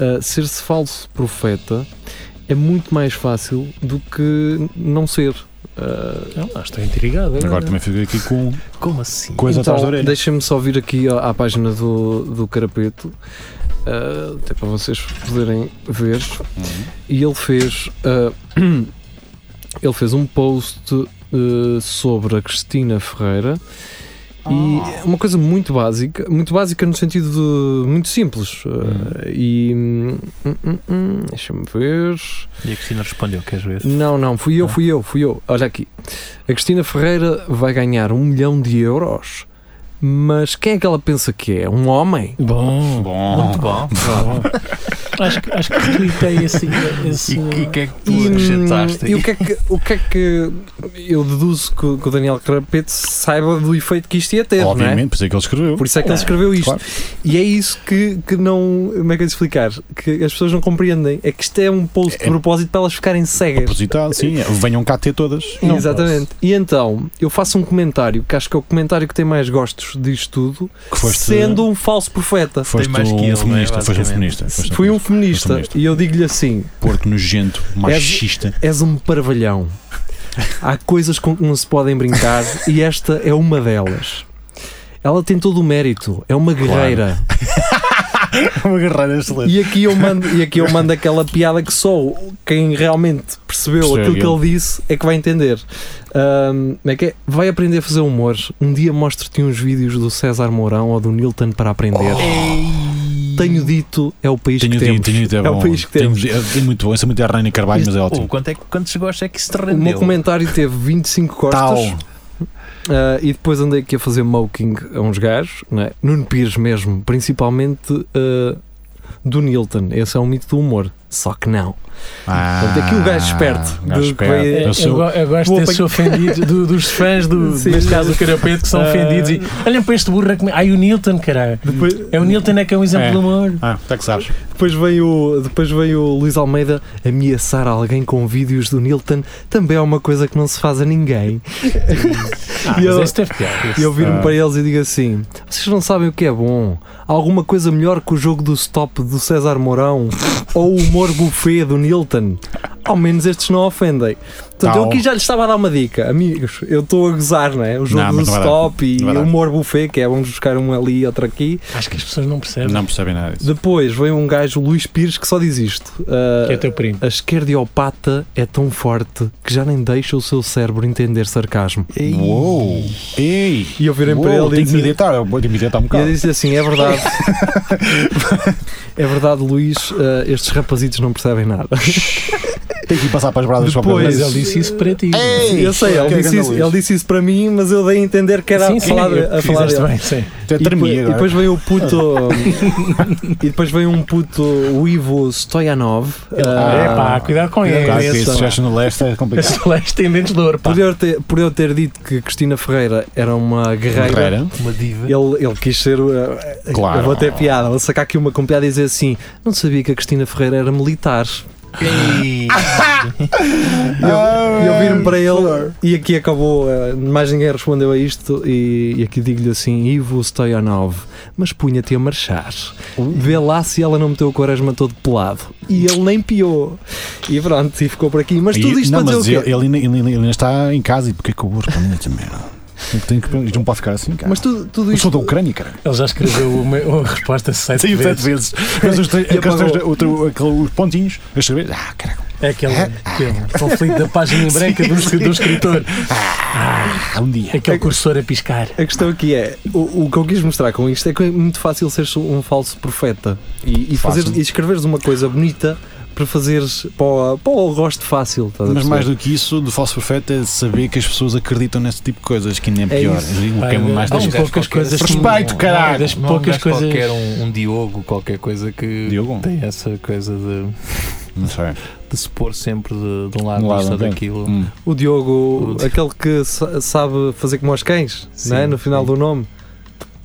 Speaker 2: ah, ser-se falso profeta é muito mais fácil do que não ser. Ah,
Speaker 5: Não, ah, estou intrigado.
Speaker 4: Agora também fico aqui com
Speaker 3: Como assim?
Speaker 4: coisa
Speaker 2: então,
Speaker 4: atrás da orelha.
Speaker 2: deixem-me só vir aqui à, à página do, do Carapeto, ah, até para vocês poderem ver.
Speaker 4: Uhum.
Speaker 2: e ele fez ah, ele fez um post ah, sobre a Cristina Ferreira
Speaker 4: Ah.
Speaker 2: e uma coisa muito básica muito básica no sentido de muito simples ah,
Speaker 4: Uhum.
Speaker 2: e hum, hum, hum, deixa-me ver
Speaker 3: E a Cristina respondeu: queres ver?
Speaker 2: não, não, fui eu,
Speaker 3: Não?
Speaker 2: fui eu, fui eu. Olha aqui. A Cristina Ferreira vai ganhar um milhão de euros, mas quem é que ela pensa que é? Um homem?
Speaker 5: Bom,
Speaker 4: Bom,
Speaker 3: Muito bom.
Speaker 5: bom. acho, que- acho que retweetei esse. esse
Speaker 3: E o que é que tu
Speaker 2: E, hum,
Speaker 3: acrescentaste?
Speaker 2: E o que, é que, o que é que eu deduzo que, o- que o Daniel Carapeto saiba do efeito que isto ia ter, não é?
Speaker 4: obviamente, por isso é que ele escreveu.
Speaker 2: Por isso é que ele escreveu isto.
Speaker 4: Claro.
Speaker 2: E é isso que, que não. Como é que eu lhe explicar? Que as pessoas não compreendem. É que isto é um post de
Speaker 4: É-
Speaker 2: propósito para elas ficarem cegas.
Speaker 4: Propositado, sim, é, venham cá ter todas.
Speaker 5: Não,
Speaker 2: Exatamente. E então, eu faço um comentário que acho que é o comentário que tem mais gostos disto tudo,
Speaker 4: Que foste,
Speaker 2: sendo um falso profeta.
Speaker 4: foste
Speaker 3: Tem mais que
Speaker 4: um
Speaker 3: ele,
Speaker 4: feminista,
Speaker 3: né,
Speaker 4: foste um
Speaker 3: basicamente.
Speaker 4: feminista. Foste
Speaker 2: Fui um É feminista
Speaker 4: feminista.
Speaker 2: e eu digo-lhe assim:
Speaker 4: Porto nojento, machista.
Speaker 2: És um parvalhão. Há coisas com que não se podem brincar e esta é uma delas. Ela tem todo o mérito, é uma guerreira.
Speaker 4: Uma guerreira excelente.
Speaker 2: E, aqui eu mando, e aqui eu mando aquela piada que só quem realmente percebeu
Speaker 4: Percebe
Speaker 2: aquilo que ele disse é que vai entender. Ahm, como é que é? Vai aprender a fazer humor. Um dia mostro-te uns vídeos do César Mourão ou do Nilton para aprender. Tenho dito, é o país
Speaker 4: Oh. Tenho
Speaker 2: que
Speaker 4: dito,
Speaker 2: temos.
Speaker 4: tenho dito, é,
Speaker 2: É
Speaker 4: bom.
Speaker 2: o país que
Speaker 4: Tenho- é- é muito bom, isso é muito Arraina Carvalho, mas é
Speaker 3: Oh,
Speaker 4: ótimo.
Speaker 3: quanto, é, que- quanto chegou? É que isso te
Speaker 2: O meu
Speaker 3: rendeu.
Speaker 2: comentário teve 25
Speaker 4: Tal.
Speaker 2: costas. Ah, e depois andei aqui a fazer moking a uns gajos, né? Nuno Pires mesmo, principalmente ah, do Nilton. Esse é um mito do humor. Só que não.
Speaker 4: Ah,
Speaker 2: Portanto, aqui o gajo esperto
Speaker 4: o Ah, um gajo
Speaker 2: do que
Speaker 4: esperto.
Speaker 2: vai-
Speaker 5: É,
Speaker 4: Eu
Speaker 5: Eu,
Speaker 4: sou-
Speaker 5: go- eu gosto
Speaker 2: vou
Speaker 5: de ser ofendido do- dos fãs do,
Speaker 2: Sim.
Speaker 5: neste caso do Carapeto que são ofendidos e olhem para este burro a comer. Ai, o Newton, caralho. É o Newton é que é um exemplo
Speaker 4: É.
Speaker 5: de humor.
Speaker 4: Ah, tá que sabes.
Speaker 2: Depois veio, o- depois veio o Luís Almeida ameaçar alguém com vídeos do Nilton. Também é uma coisa que não se faz a ninguém.
Speaker 5: Ah,
Speaker 2: E
Speaker 5: mas
Speaker 2: eu-
Speaker 4: é
Speaker 5: esse teve piada.
Speaker 2: E eu viro-me
Speaker 4: Ah.
Speaker 2: para eles e digo assim: vocês não sabem o que é bom? Há alguma coisa melhor que o jogo do stop do César Mourão ou o humor buffet do Nilton? ao menos estes não ofendem. Portanto, eu
Speaker 4: Tal.
Speaker 2: aqui já lhes estava a dar uma dica, amigos. Eu estou a gozar, não é? O jogo
Speaker 4: Não,
Speaker 2: do
Speaker 4: mas não vai dar.
Speaker 2: stop e
Speaker 4: Não vai
Speaker 2: o
Speaker 4: dar.
Speaker 2: humor buffet, que é vamos buscar um ali e outro aqui.
Speaker 5: Acho que as pessoas não percebem
Speaker 4: Não percebem nada disso.
Speaker 2: Depois veio um gajo, Luís Pires, que só diz isto: Ah,
Speaker 5: que é teu primo.
Speaker 2: A esquerdiopata é tão forte que já nem deixa o seu cérebro entender sarcasmo.
Speaker 4: Uou! Ei!
Speaker 2: E eu virei para
Speaker 4: Uou,
Speaker 2: ele e
Speaker 4: tenho que me
Speaker 2: disse,
Speaker 4: deitar, eu vou- tenho que me deitar um
Speaker 2: e eu
Speaker 4: bocado.
Speaker 2: disse assim: é verdade. é verdade, Luís, ah, estes rapazitos não percebem nada.
Speaker 4: Tenho que ir passar para as bradas para
Speaker 2: Depois-
Speaker 5: Mas
Speaker 4: ver.
Speaker 5: ele disse isso para ti.
Speaker 4: Ei!
Speaker 2: eu sei,
Speaker 4: que
Speaker 2: ele
Speaker 4: é
Speaker 2: disse,
Speaker 4: grande
Speaker 2: isso,
Speaker 4: Luís.
Speaker 2: ele disse isso para mim, mas eu dei a entender que era
Speaker 5: sim,
Speaker 2: a
Speaker 5: sim,
Speaker 2: falar, a falar
Speaker 5: fizeste
Speaker 2: dele.
Speaker 5: bem, sim.
Speaker 4: Até
Speaker 2: E depois,
Speaker 4: tremi
Speaker 2: e
Speaker 4: agora.
Speaker 2: depois veio o puto. e depois veio um puto, o Ivo Stoyanov.
Speaker 5: É
Speaker 2: ah,
Speaker 5: pá, cuidado com ele.
Speaker 4: Claro que
Speaker 5: esse,
Speaker 4: esses
Speaker 5: pá.
Speaker 4: gajos no leste é complicado.
Speaker 5: Esse leste tem dentes de ouro, pá.
Speaker 2: por, eu ter, por eu ter dito que Cristina Ferreira era uma guerreira,
Speaker 4: Ferreira.
Speaker 3: Uma diva.
Speaker 2: Ele, ele quis ser. uh,
Speaker 4: Claro.
Speaker 2: Eu vou ter piada, vou sacar aqui uma com piada e dizer assim: não sabia que a Cristina Ferreira era militar.
Speaker 3: Ei,
Speaker 2: E eu viro-me para ele e aqui acabou, eh, mais ninguém respondeu a isto e, e aqui digo-lhe assim, Ivo Stoyanov, mas punha-te a marchar. Vê lá se ela não meteu o quaresma todo pelado. E ele nem piou. E pronto, e ficou por aqui. Mas tudo
Speaker 4: E-
Speaker 2: isto
Speaker 4: não,
Speaker 2: para
Speaker 4: mas
Speaker 2: dizer o quê?
Speaker 4: ele, ele, ainda- ele ainda- ele ainda está em casa e porque é que eu vou responder esta merda? Eu tenho que- Isto não pode ficar assim, cara.
Speaker 2: Mas tudo, tudo
Speaker 4: eu
Speaker 2: isto...
Speaker 4: sou da Ucrânia, cara.
Speaker 5: Ele já escreveu uma, uma resposta sete
Speaker 4: Saiu sete
Speaker 5: vezes.
Speaker 4: vezes. Mas os, três-
Speaker 2: E
Speaker 4: aqueles
Speaker 2: apagou.
Speaker 4: três- o teu- aquele- os pontinhos, eu escrevi. Ah, caraca.
Speaker 5: É aquele, aquele conflito da página em branca do, do escritor.
Speaker 4: Ah, um dia.
Speaker 5: Aquele cursor a piscar.
Speaker 2: A questão aqui é, o, o que eu quis mostrar com isto é que é muito fácil seres um falso profeta e, e,
Speaker 4: Fácil.
Speaker 2: fazeres- e escreveres uma coisa bonita para fazeres para o, para o gosto fácil. estás a
Speaker 4: Mas
Speaker 2: perceber?
Speaker 4: mais do que isso, do falso profeta é saber que as pessoas acreditam nesse tipo de coisas, que ainda é
Speaker 2: É
Speaker 4: pior.
Speaker 2: isso.
Speaker 4: Eu digo, o que é
Speaker 5: Pá,
Speaker 4: mais
Speaker 5: há
Speaker 4: das
Speaker 5: um
Speaker 3: gajo
Speaker 5: poucas
Speaker 3: qualquer.
Speaker 5: coisas. que-
Speaker 4: Respeito, caralho.
Speaker 5: das
Speaker 3: não,
Speaker 5: poucas
Speaker 3: mas
Speaker 5: coisas.
Speaker 3: Qualquer um, um Diogo, qualquer coisa que
Speaker 4: Diogo?
Speaker 3: tem essa coisa de,
Speaker 4: Não sei.
Speaker 3: de se pôr sempre de, de um lado,
Speaker 4: Um
Speaker 3: um
Speaker 4: lado,
Speaker 3: lado
Speaker 4: não tem.
Speaker 3: daquilo.
Speaker 4: Hum.
Speaker 2: O Diogo,
Speaker 3: O Di-
Speaker 2: aquele que sa- sabe fazer como aos cães,
Speaker 3: Sim,
Speaker 2: não é? no final do nome.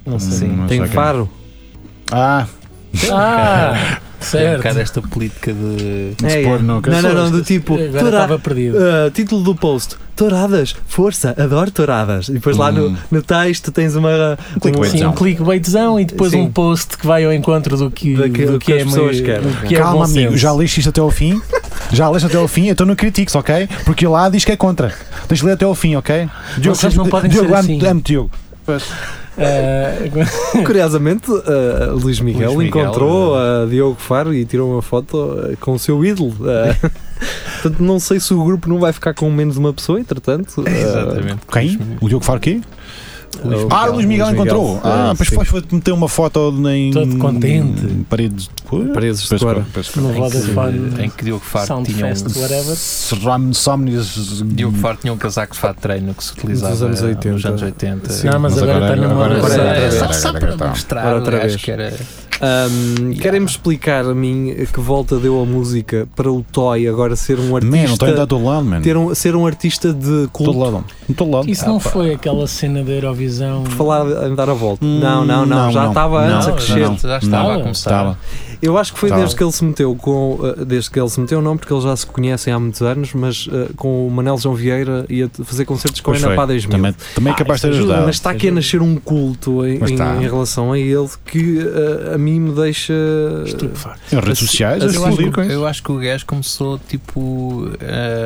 Speaker 5: Não sei.
Speaker 4: Sim, não
Speaker 2: Tem
Speaker 4: sei quem.
Speaker 2: faro.
Speaker 4: Ah,
Speaker 5: Ah,
Speaker 3: Tem um
Speaker 5: certo.
Speaker 3: bocado esta política de.
Speaker 4: de se
Speaker 2: É,
Speaker 4: pôr no-
Speaker 2: Não, não, não, do tipo.
Speaker 5: Agora
Speaker 2: "Tora-
Speaker 5: estava perdido.
Speaker 2: ah, título do post: Touradas, força, adoro touradas. E depois lá no,
Speaker 4: Hum.
Speaker 2: no texto tens uma.
Speaker 4: clickbaitzão.
Speaker 5: Sim, um clickbaitzão e depois
Speaker 2: Sim.
Speaker 5: um post que vai ao encontro do que,
Speaker 2: Daquilo
Speaker 5: do
Speaker 2: que
Speaker 5: que,
Speaker 2: as
Speaker 5: é
Speaker 2: pessoas
Speaker 5: meio-
Speaker 2: querem.
Speaker 5: do que é bom
Speaker 4: Calma, amigo,
Speaker 5: senso.
Speaker 4: já leste isto até ao fim? Já leste até ao fim? Então não critiques, ok? Porque lá diz que é contra. Tens de ler até ao fim, ok?
Speaker 5: Vocês não podem
Speaker 4: Diogo, é-
Speaker 5: ser
Speaker 4: amo-
Speaker 5: assim.
Speaker 4: amo-te, Diogo.
Speaker 5: Ah,
Speaker 2: Um, Curiosamente, ah, Luís Miguel
Speaker 3: Luís Miguel,
Speaker 2: encontrou ah, Diogo Faro e tirou uma foto ah, com o seu ídolo. ah. Portanto, não sei se o grupo não vai ficar com menos de uma pessoa, entretanto. ah,
Speaker 3: Exatamente.
Speaker 4: Quem? O Diogo Faro quê?
Speaker 2: o-
Speaker 4: Ah, o Luís Miguel encontrou. Ah, pois
Speaker 2: sim.
Speaker 4: foi- foi meter uma foto em.
Speaker 5: Todo contente.
Speaker 4: Paredes.
Speaker 2: Presos de
Speaker 4: Pois,
Speaker 2: cor.
Speaker 4: pois,
Speaker 5: no
Speaker 3: Em que, em
Speaker 5: Vodafone
Speaker 3: que Diogo Faro
Speaker 5: Sound
Speaker 3: tinha
Speaker 5: Fest,
Speaker 3: um,
Speaker 5: whatever.
Speaker 4: Ram- Somnius.
Speaker 3: Diogo Faro tinha um casaco de fato de treino que se utilizava
Speaker 2: Dos anos 80.
Speaker 3: nos anos 80.
Speaker 2: Sim.
Speaker 5: Não, mas
Speaker 4: Mas
Speaker 5: agora
Speaker 4: agora-
Speaker 5: está na
Speaker 4: agora-
Speaker 5: moda.
Speaker 3: Agora,
Speaker 2: Agora-
Speaker 3: é,
Speaker 2: agora-
Speaker 3: só,
Speaker 4: agora-
Speaker 3: só
Speaker 4: agora
Speaker 3: para
Speaker 4: tá.
Speaker 3: mostrar,
Speaker 2: Agora outra
Speaker 3: acho
Speaker 2: vez.
Speaker 3: que era.
Speaker 2: Um, Querem-me explicar a mim que volta deu a música para o Toy agora ser um
Speaker 4: Man, não estou a
Speaker 2: artista.
Speaker 4: entrar do lado, mano.
Speaker 2: ter um, ser um artista de
Speaker 4: Todo
Speaker 2: culto
Speaker 4: lado. Todo lado.
Speaker 5: Isso não foi aquela cena da Eurovisão.
Speaker 2: por falar em dar a volta.
Speaker 4: Hum,
Speaker 2: não, não, não,
Speaker 4: não,
Speaker 2: já
Speaker 4: não.
Speaker 2: estava
Speaker 4: Não,
Speaker 2: antes a
Speaker 4: não,
Speaker 2: crescer.
Speaker 4: não.
Speaker 3: já estava a começar.
Speaker 4: Estava.
Speaker 2: Eu acho que foi
Speaker 4: Tá.
Speaker 2: desde que ele se meteu com. uh, desde que ele se meteu, não, porque eles já se conhecem há muitos anos, mas uh, com o Manel João Vieira ia t- fazer concertos com a
Speaker 4: Pois
Speaker 2: Ana
Speaker 4: foi.
Speaker 2: Pá Ah, 2000.
Speaker 4: Também, também é capaz de ter
Speaker 5: isso ajuda,
Speaker 4: ajudado.
Speaker 2: Mas está aqui a
Speaker 5: Seja-
Speaker 2: nascer um culto em,
Speaker 4: Mas
Speaker 2: em-
Speaker 4: tá.
Speaker 2: em relação a ele que uh, a mim me deixa.
Speaker 5: Estupefacto.
Speaker 4: Em redes sociais, a
Speaker 2: Mas
Speaker 3: Eu acho,
Speaker 4: explodir
Speaker 3: que,
Speaker 4: com isso.
Speaker 3: eu acho que o gajo começou tipo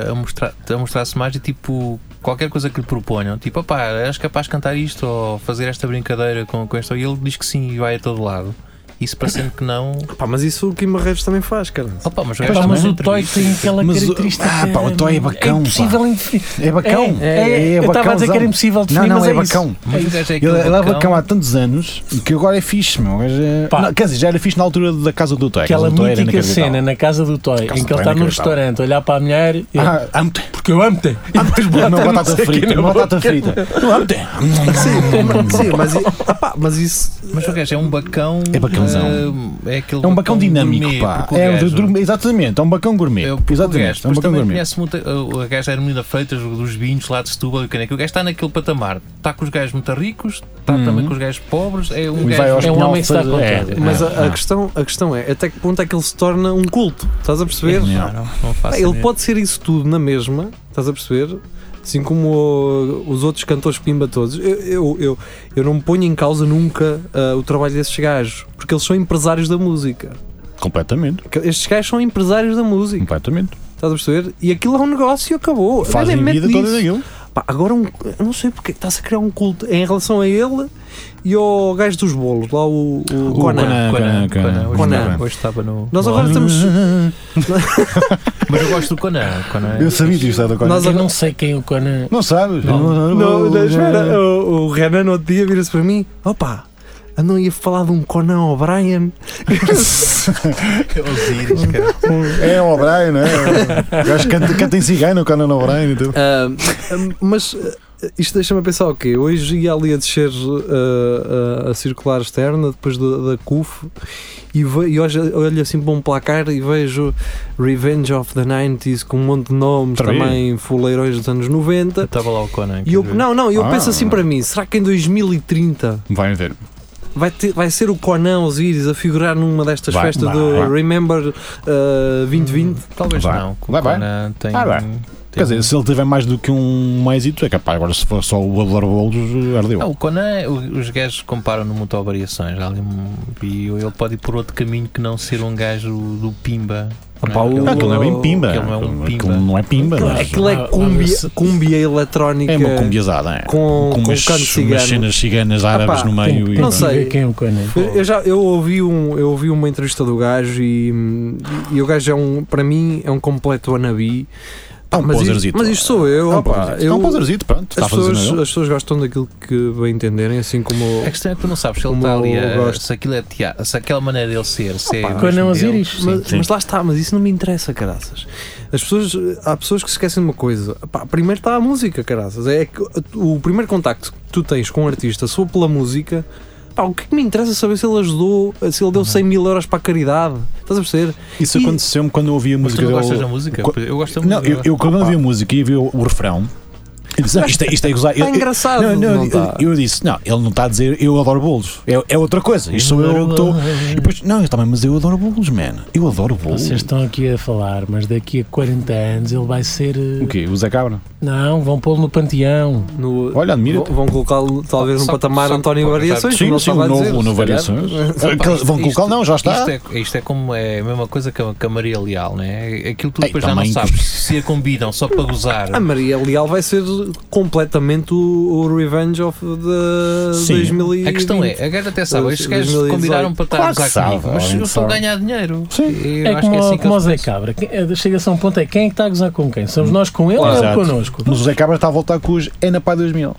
Speaker 3: a- a mostrar a mostrar-se mais e tipo qualquer coisa que lhe proponham, tipo, opá, és capaz de cantar isto ou fazer esta brincadeira com, com isto, e ele diz que sim e vai a todo lado. Isso parecendo que não.
Speaker 2: Pá, mas isso o Kim Barreiros também faz, cara.
Speaker 3: Opa, mas o
Speaker 5: É Pá,
Speaker 3: gajo
Speaker 5: mas
Speaker 3: também é
Speaker 5: o Toy tem aquela
Speaker 4: Mas o-
Speaker 5: característica.
Speaker 4: Ah, pá, o Toy é bacão, pá.
Speaker 5: impossível definir.
Speaker 4: É bacão.
Speaker 5: É, é, eu estava a dizer que
Speaker 4: bacãozão.
Speaker 5: era impossível
Speaker 4: Não,
Speaker 5: definir,
Speaker 4: não,
Speaker 5: mas
Speaker 4: é
Speaker 5: é isso.
Speaker 4: bacão.
Speaker 3: Mas o gajo é
Speaker 4: Ele ele
Speaker 3: aquele
Speaker 4: é
Speaker 3: bacão.
Speaker 4: bacão há tantos anos que agora é fixe, meu. O gajo é-
Speaker 5: Pá.
Speaker 4: Não, Quer dizer, já era fixe na altura da casa do Toy. A
Speaker 5: Aquela
Speaker 4: casa do Toy era
Speaker 5: mítica
Speaker 4: inacreditável.
Speaker 5: cena né? na casa do Toy,
Speaker 4: Casa
Speaker 5: em
Speaker 4: do
Speaker 5: que ele
Speaker 4: Toy
Speaker 5: está
Speaker 4: era
Speaker 5: num
Speaker 4: inacreditável.
Speaker 5: restaurante, olhar para a mulher e ele,
Speaker 4: Ah, amo-te.
Speaker 5: porque eu amo-te.
Speaker 4: Amo-te uma batata frita. Uma batata frita. Eu amo-te.
Speaker 2: Sim, sim, mas, i- ah pá, mas isso.
Speaker 3: Mas o gajo é um bacão.
Speaker 4: É bacãozão.
Speaker 3: eh, é, aquele
Speaker 4: É um bacão dinâmico,
Speaker 3: gourmet,
Speaker 4: pá.
Speaker 3: porque o
Speaker 4: É,
Speaker 3: gajo-
Speaker 4: dur- exatamente, é um bacão gourmet.
Speaker 3: Eu, porque o gajo,
Speaker 4: Exatamente, é um
Speaker 3: depois
Speaker 4: bacão
Speaker 3: também
Speaker 4: gourmet.
Speaker 3: conhece muito eh, a, a gaja Hermina Freitas, o dos vinhos lá de Setúbal e o Caneco. O gajo está naquele patamar. Está com os gajos muito ricos, está também com os gajos pobres. É um
Speaker 4: Uhum. E vai aos
Speaker 3: gajo.
Speaker 5: É um
Speaker 4: pinhal
Speaker 5: homem que está
Speaker 4: fazer-
Speaker 5: com
Speaker 4: é,
Speaker 5: tudo.
Speaker 2: Mas ah,
Speaker 4: não,
Speaker 2: a, a questão, a questão é até que ponto é que ele se torna um culto? Estás a perceber?
Speaker 4: Não.
Speaker 3: Não, não, não faço
Speaker 2: Pá,
Speaker 3: ideia.
Speaker 2: Ele pode ser isso tudo na mesma, estás a perceber? Assim como o- os outros cantores Pimba todos. Eu, eu, eu, eu não ponho em causa nunca ah, o trabalho desses gajos, porque eles são empresários da música.
Speaker 4: não. Completamente,
Speaker 2: Estes gajos são empresários da música.
Speaker 4: completamente.
Speaker 2: Estás a perceber? E aquilo é um negócio e acabou.
Speaker 4: Hum. Fazem
Speaker 2: Olha, mete
Speaker 4: vida toda
Speaker 2: nisso.
Speaker 4: naquilo.
Speaker 2: Pá, agora um, eu não sei porque é que está-se a criar um culto em relação a ele e ao gajo dos bolos, lá o, o, Conan.
Speaker 4: Conan,
Speaker 3: Conan,
Speaker 4: Conan,
Speaker 3: Conan. Hoje
Speaker 2: Conan.
Speaker 3: estava- Hoje estava no.
Speaker 2: Nós agora estamos.
Speaker 3: Mas eu gosto do Conan. Conan é
Speaker 4: Eu sabia que isto era da Conan.
Speaker 2: Nós-
Speaker 5: Eu não sei quem é o Conan.
Speaker 4: Não sabes?
Speaker 3: Não.
Speaker 2: Não, não, espera, o, o Renan no outro dia vira-se para mim: opa, andam aí a falar de um Conan O'Brien.
Speaker 3: Osíris, cara.
Speaker 4: É o O'Brien, não é? O gajo canta, canta em cigano, o é Conan O'Brien e tudo.
Speaker 2: Ah, mas ah, isto deixa-me a pensar o quê? Hoje ia ali a descer ah, ah, a circular externa, depois da, da CUF, e, ve- e hoje olho assim para um placar e vejo Revenge of the 90s com um monte de nomes
Speaker 4: Outra vez?
Speaker 2: também fuleirões dos anos 90.
Speaker 3: Estava lá o Conan.
Speaker 2: E eu,
Speaker 3: quer dizer.
Speaker 2: não, não, eu
Speaker 4: Ah.
Speaker 2: penso assim para mim: será que em 2030
Speaker 4: Vai ver.
Speaker 2: vai, ter- vai ser o Conan Osiris a figurar numa destas
Speaker 4: Vai,
Speaker 2: festas
Speaker 4: vai.
Speaker 2: do Remember ah, 2020?
Speaker 3: Talvez
Speaker 4: Vai.
Speaker 3: não.
Speaker 4: Vai, vai.
Speaker 3: Conan tem.
Speaker 4: Vai, vai.
Speaker 3: tem- um-
Speaker 4: Quer dizer, se ele tiver mais do que um êxito, é capaz. Agora, se for só o Adler Bolos, ardeu.
Speaker 3: Não, o Conan, o- os gajos comparam-no muito a variações. há ali um- E ele pode ir por outro caminho que não ser um gajo do Pimba. não é?
Speaker 2: pá, o-
Speaker 3: Aquele-
Speaker 4: Ah, aquilo não é bem pimba.
Speaker 3: Aquilo não é um pimba.
Speaker 4: Aquilo não é pimba.
Speaker 5: Aquilo-
Speaker 4: mas-
Speaker 2: Aquilo
Speaker 5: Ah,
Speaker 2: é
Speaker 5: ah,
Speaker 2: cumbia,
Speaker 5: se-
Speaker 2: cumbia eletrónica
Speaker 4: É uma cumbiazada, é.
Speaker 2: com, com, um
Speaker 4: umas,
Speaker 2: canto
Speaker 4: umas
Speaker 2: cigano.
Speaker 4: cenas ciganas árabes
Speaker 2: Ah pá,
Speaker 4: no
Speaker 5: Tem-
Speaker 4: meio.
Speaker 5: tem
Speaker 4: e-
Speaker 5: que
Speaker 2: Não sei.
Speaker 5: ver quem é o Conan.
Speaker 2: Eu, eu já eu ouvi, um, eu ouvi uma entrevista do gajo e, hum, e o gajo é um, para mim, é um completo anabi.
Speaker 4: É um
Speaker 2: mas, isto,
Speaker 4: poserzito,
Speaker 2: mas isto sou eu,
Speaker 4: É um
Speaker 2: opá,
Speaker 4: poserzito.
Speaker 2: eu-
Speaker 4: É um poserzito, pronto. Está
Speaker 2: as,
Speaker 4: a fazer
Speaker 2: pessoas,
Speaker 4: nada.
Speaker 2: as pessoas gostam daquilo que bem entenderem, assim como.
Speaker 3: A questão é que tu não sabes se ele
Speaker 2: Como
Speaker 3: está ali,
Speaker 2: eu
Speaker 3: a-
Speaker 2: gosto.
Speaker 3: se, aquilo é teatro, se aquela maneira dele ser, se é.
Speaker 2: Opa,
Speaker 3: mesmo
Speaker 5: Conan
Speaker 3: dele.
Speaker 5: Osiris.
Speaker 3: Sim.
Speaker 2: Mas, mas lá está, mas isso não me interessa, caraças. As pessoas, há pessoas que se esquecem de uma coisa. Pá, primeiro está a música, caraças. É que o primeiro contacto que tu tens com um artista só pela música. Pá, o que é que me interessa saber se ele ajudou, se
Speaker 3: Uhum.
Speaker 2: ele deu 100 mil euros para a caridade? Estás a perceber?
Speaker 4: Isso
Speaker 2: E-
Speaker 4: aconteceu-me quando eu ouvi a
Speaker 3: Mas
Speaker 4: música
Speaker 3: tu não gostas da
Speaker 4: dele.
Speaker 3: música?
Speaker 4: Co-
Speaker 3: Eu gosto da
Speaker 4: Não,
Speaker 3: música.
Speaker 4: eu, eu quando
Speaker 2: Opa.
Speaker 4: ouvi a música e vi o, o refrão, eu disse, não, isto, é, isto é gozar. Eu-
Speaker 2: Está
Speaker 4: eu-
Speaker 2: engraçado.
Speaker 4: não, não,
Speaker 2: não
Speaker 4: eu-
Speaker 2: tá?
Speaker 4: eu disse, não, ele não está a dizer eu adoro bolos. É, é outra coisa. Isto sou eu que estou. E depois, não, eu também, mas eu adoro bolos, man. Eu adoro bolos.
Speaker 5: Vocês estão aqui a falar, mas daqui a 40 anos ele vai ser. eh,
Speaker 4: O quê? O Zé Cabra?
Speaker 5: Não, vão pô-lo no panteão.
Speaker 2: No-
Speaker 4: Olha, admira.
Speaker 2: vão- vão colocá-lo talvez num
Speaker 3: Só-
Speaker 2: patamar
Speaker 3: só-
Speaker 2: António
Speaker 3: só-
Speaker 2: Variações,
Speaker 4: Sim,
Speaker 2: como ele
Speaker 4: sim,
Speaker 2: estava
Speaker 4: o
Speaker 2: a dizer.
Speaker 4: novo, o novo
Speaker 2: se calhar.
Speaker 4: variações.
Speaker 3: Opa,
Speaker 4: Aqueles- Vão
Speaker 3: isto- é-
Speaker 4: colocar, não, já está.
Speaker 3: Isto é, isto é como é a mesma coisa que a, que a Maria Leal, né? Aquilo tu
Speaker 4: Ei,
Speaker 3: depois já não
Speaker 4: também.
Speaker 3: sabes se a combinam só para gozar.
Speaker 2: A Maria Leal vai ser completamente o, o Revenge of the
Speaker 4: Sim.
Speaker 2: 2020.
Speaker 3: A questão é, a gaja até sabe,
Speaker 2: Dois-
Speaker 3: estes gajos
Speaker 2: 2018.
Speaker 3: combinaram para estar a
Speaker 4: Claro
Speaker 3: gozar
Speaker 4: que sabe,
Speaker 3: comigo, mas
Speaker 4: obviamente
Speaker 3: eu estou a
Speaker 4: sabe.
Speaker 3: ganhar dinheiro.
Speaker 4: Sim.
Speaker 3: Eu
Speaker 5: é
Speaker 3: acho
Speaker 5: como,
Speaker 3: que é assim que
Speaker 5: como o
Speaker 3: eles
Speaker 5: Zé
Speaker 3: pensam.
Speaker 5: Cabra. Quem- eh, Chega-se a um ponto é quem é que está a gozar com quem? Somos nós com ele ou ele
Speaker 4: Exato.
Speaker 5: connosco?
Speaker 4: Mas o Zé Cabra está a voltar com os É na Pá 2000.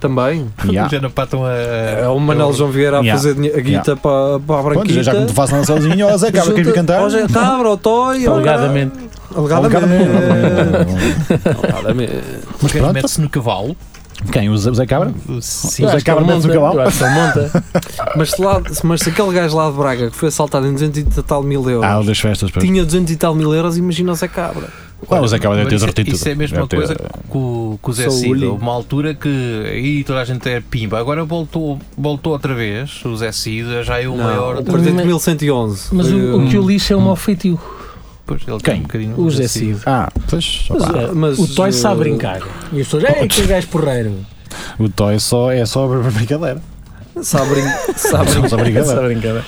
Speaker 2: Também.
Speaker 4: Yeah.
Speaker 3: Já não patam a.
Speaker 2: É
Speaker 4: um-
Speaker 2: o Manel João Vieira a
Speaker 4: Yeah.
Speaker 2: fazer dinhe- a guita
Speaker 4: Yeah.
Speaker 2: para, para a
Speaker 4: Pronto,
Speaker 2: branquita.
Speaker 4: já que não te faço na sozinho, ó Zé Cabra, queres vir
Speaker 2: Junta-
Speaker 4: cantar?
Speaker 2: Ó, Zé Cabra, o Toy. ó,
Speaker 5: Alegadamente.
Speaker 2: cara- Alegadamente. Alegadamente.
Speaker 4: Mas
Speaker 3: Quem
Speaker 4: pronto,
Speaker 3: mete-se no cavalo.
Speaker 4: quem? O Zé o Zé Cabra?
Speaker 3: Sim,
Speaker 4: O Zé
Speaker 5: Acho que
Speaker 4: Cabra
Speaker 5: ele
Speaker 4: mete-se no
Speaker 5: monta,
Speaker 4: cavalo?
Speaker 5: eu acho que ele monta.
Speaker 2: Mas, se lá, se- mas se aquele gajo lá de Braga que foi assaltado em 200 e tal mil euros
Speaker 4: Ah, o das festas, pois.
Speaker 2: tinha 200 e tal mil euros, imagina o Zé Cabra.
Speaker 4: Ah, o Zé Cabra deve
Speaker 3: Mas
Speaker 4: ter
Speaker 3: isso,
Speaker 4: derretido
Speaker 3: isso é a
Speaker 4: tudo.
Speaker 3: mesma
Speaker 4: Deve ter-
Speaker 3: coisa que o, que o Zé
Speaker 2: Saúde.
Speaker 3: Cid. Houve uma altura que aí toda a gente era pimba. Agora voltou, voltou outra vez. O Zé Cid já é o maior.
Speaker 2: o partido de
Speaker 5: Mas-
Speaker 2: 1111.
Speaker 5: Mas o, o que o
Speaker 2: Eh,
Speaker 5: lixo é um ofetivo.
Speaker 3: Pois, ele
Speaker 4: Quem?
Speaker 3: Tem um bocadinho
Speaker 5: O Zé Cid.
Speaker 4: Ah, pois.
Speaker 5: Mas,
Speaker 4: opá.
Speaker 5: eh,
Speaker 2: mas,
Speaker 5: o Toy sabe
Speaker 2: eh,
Speaker 5: brincar. E as pessoas, é que gajo porreiro.
Speaker 4: O Toy só, é só br- brincadeira.
Speaker 2: hum, Sabe brin- sabe
Speaker 4: É só brincadeira.
Speaker 5: Sabe brincar.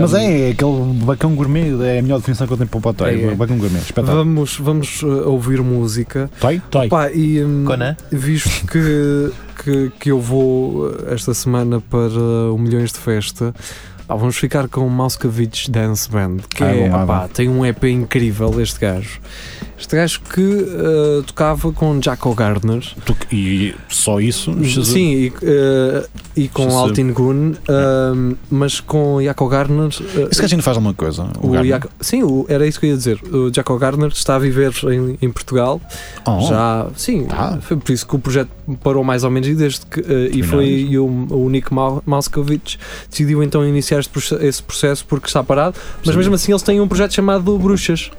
Speaker 4: Mas é, é aquele bacão gourmet, é a melhor definição que eu tenho para o Toy.
Speaker 2: É, é.
Speaker 4: Bacão gourmet, espetáculo.
Speaker 2: Vamos, vamos eh, ouvir música.
Speaker 4: Toy?
Speaker 5: Toy.
Speaker 2: Pá, e hum,
Speaker 3: Conan?
Speaker 2: visto que, que, que eu vou eh, esta semana para o Milhões de Festa, pá, vamos ficar com o Mouskovich Dance Band, que
Speaker 4: Ah,
Speaker 2: é,
Speaker 4: bom, ah,
Speaker 2: pá, tem um EP incrível este gajo. Este gajo que eh, tocava com Jaco Gardner,
Speaker 4: Tu- E só isso?
Speaker 2: sim, e, eh, e com
Speaker 4: Uhum. Jesus. É.
Speaker 2: Altin Gun, eh, mas com Jaco Gardner. eh,
Speaker 4: Esse gajo ainda faz alguma coisa?
Speaker 2: o
Speaker 4: Gardner?
Speaker 2: Jaco- sim, o- era isso que eu ia dizer. O Jaco Gardner está a viver em- em Portugal
Speaker 4: Oh,
Speaker 2: já sim
Speaker 4: Ah.
Speaker 2: foi por isso que o projeto parou mais ou menos e desde que eh, e
Speaker 4: Terminado.
Speaker 2: foi e o, o Nick Mau- Mauskowitz decidiu então iniciar este proce- esse processo porque está parado mas
Speaker 4: Sim.
Speaker 2: mesmo assim eles têm um projeto chamado Bruxas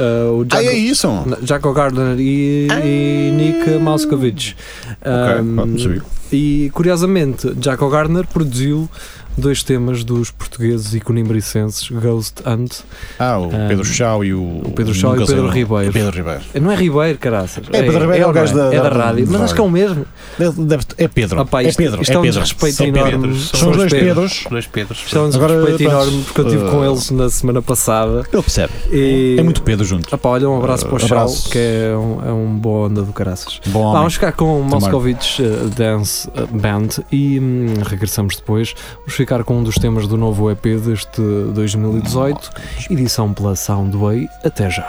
Speaker 2: Eh, o
Speaker 4: Ah, é
Speaker 2: Jaco-
Speaker 4: isso? Ok,
Speaker 2: Na- Jaco Gardner e, e Nick Mauskowitz
Speaker 4: Ah. pá,
Speaker 2: Um,
Speaker 4: não sabia.
Speaker 2: e curiosamente Jaco Gardner produziu dois temas dos portugueses e conimbricenses, Ghost Hunt.
Speaker 4: Ah, o
Speaker 2: Ah,
Speaker 4: Pedro Chau e o.
Speaker 2: o Pedro Chau e o
Speaker 4: nunca sei
Speaker 2: Pedro
Speaker 4: nome.
Speaker 2: Ribeiro.
Speaker 4: Pedro Ribeiro.
Speaker 2: Não é Ribeiro, caraças.
Speaker 4: É, Pedro Ribeiro é o
Speaker 2: ou
Speaker 4: gajo
Speaker 2: não é?
Speaker 4: da-
Speaker 2: É da
Speaker 4: da-
Speaker 2: rádio.
Speaker 4: da
Speaker 2: Mas acho que é o mesmo.
Speaker 4: Deve- deve- é Pedro.
Speaker 2: Opa,
Speaker 4: é
Speaker 2: isto-
Speaker 4: Pedro.
Speaker 2: isto
Speaker 4: é
Speaker 2: é um
Speaker 4: Pedro.
Speaker 2: desrespeito
Speaker 4: São
Speaker 2: enorme.
Speaker 4: Pedros.
Speaker 2: São
Speaker 4: São os
Speaker 2: os
Speaker 4: dois Pedros.
Speaker 3: Dois Pedros.
Speaker 2: Isto é um
Speaker 4: Agora,
Speaker 2: desrespeito
Speaker 4: pronto,
Speaker 2: enorme porque eu estive
Speaker 4: eh,
Speaker 2: com eles na semana passada.
Speaker 4: Ele percebe.
Speaker 2: E...
Speaker 4: É muito Pedro junto.
Speaker 2: Opa, olha, um abraço para o Chal,
Speaker 4: Abraço.
Speaker 2: que é um, é um boa onda do caraças.
Speaker 4: Bom
Speaker 2: Ah,
Speaker 4: Um homem.
Speaker 2: vamos ficar com o
Speaker 4: Tomara.
Speaker 2: Moscovich eh, Dance eh, Band e hum, regressamos depois. Vamos ficar com um dos temas do novo EP deste 2018, edição pela Soundway. Até já.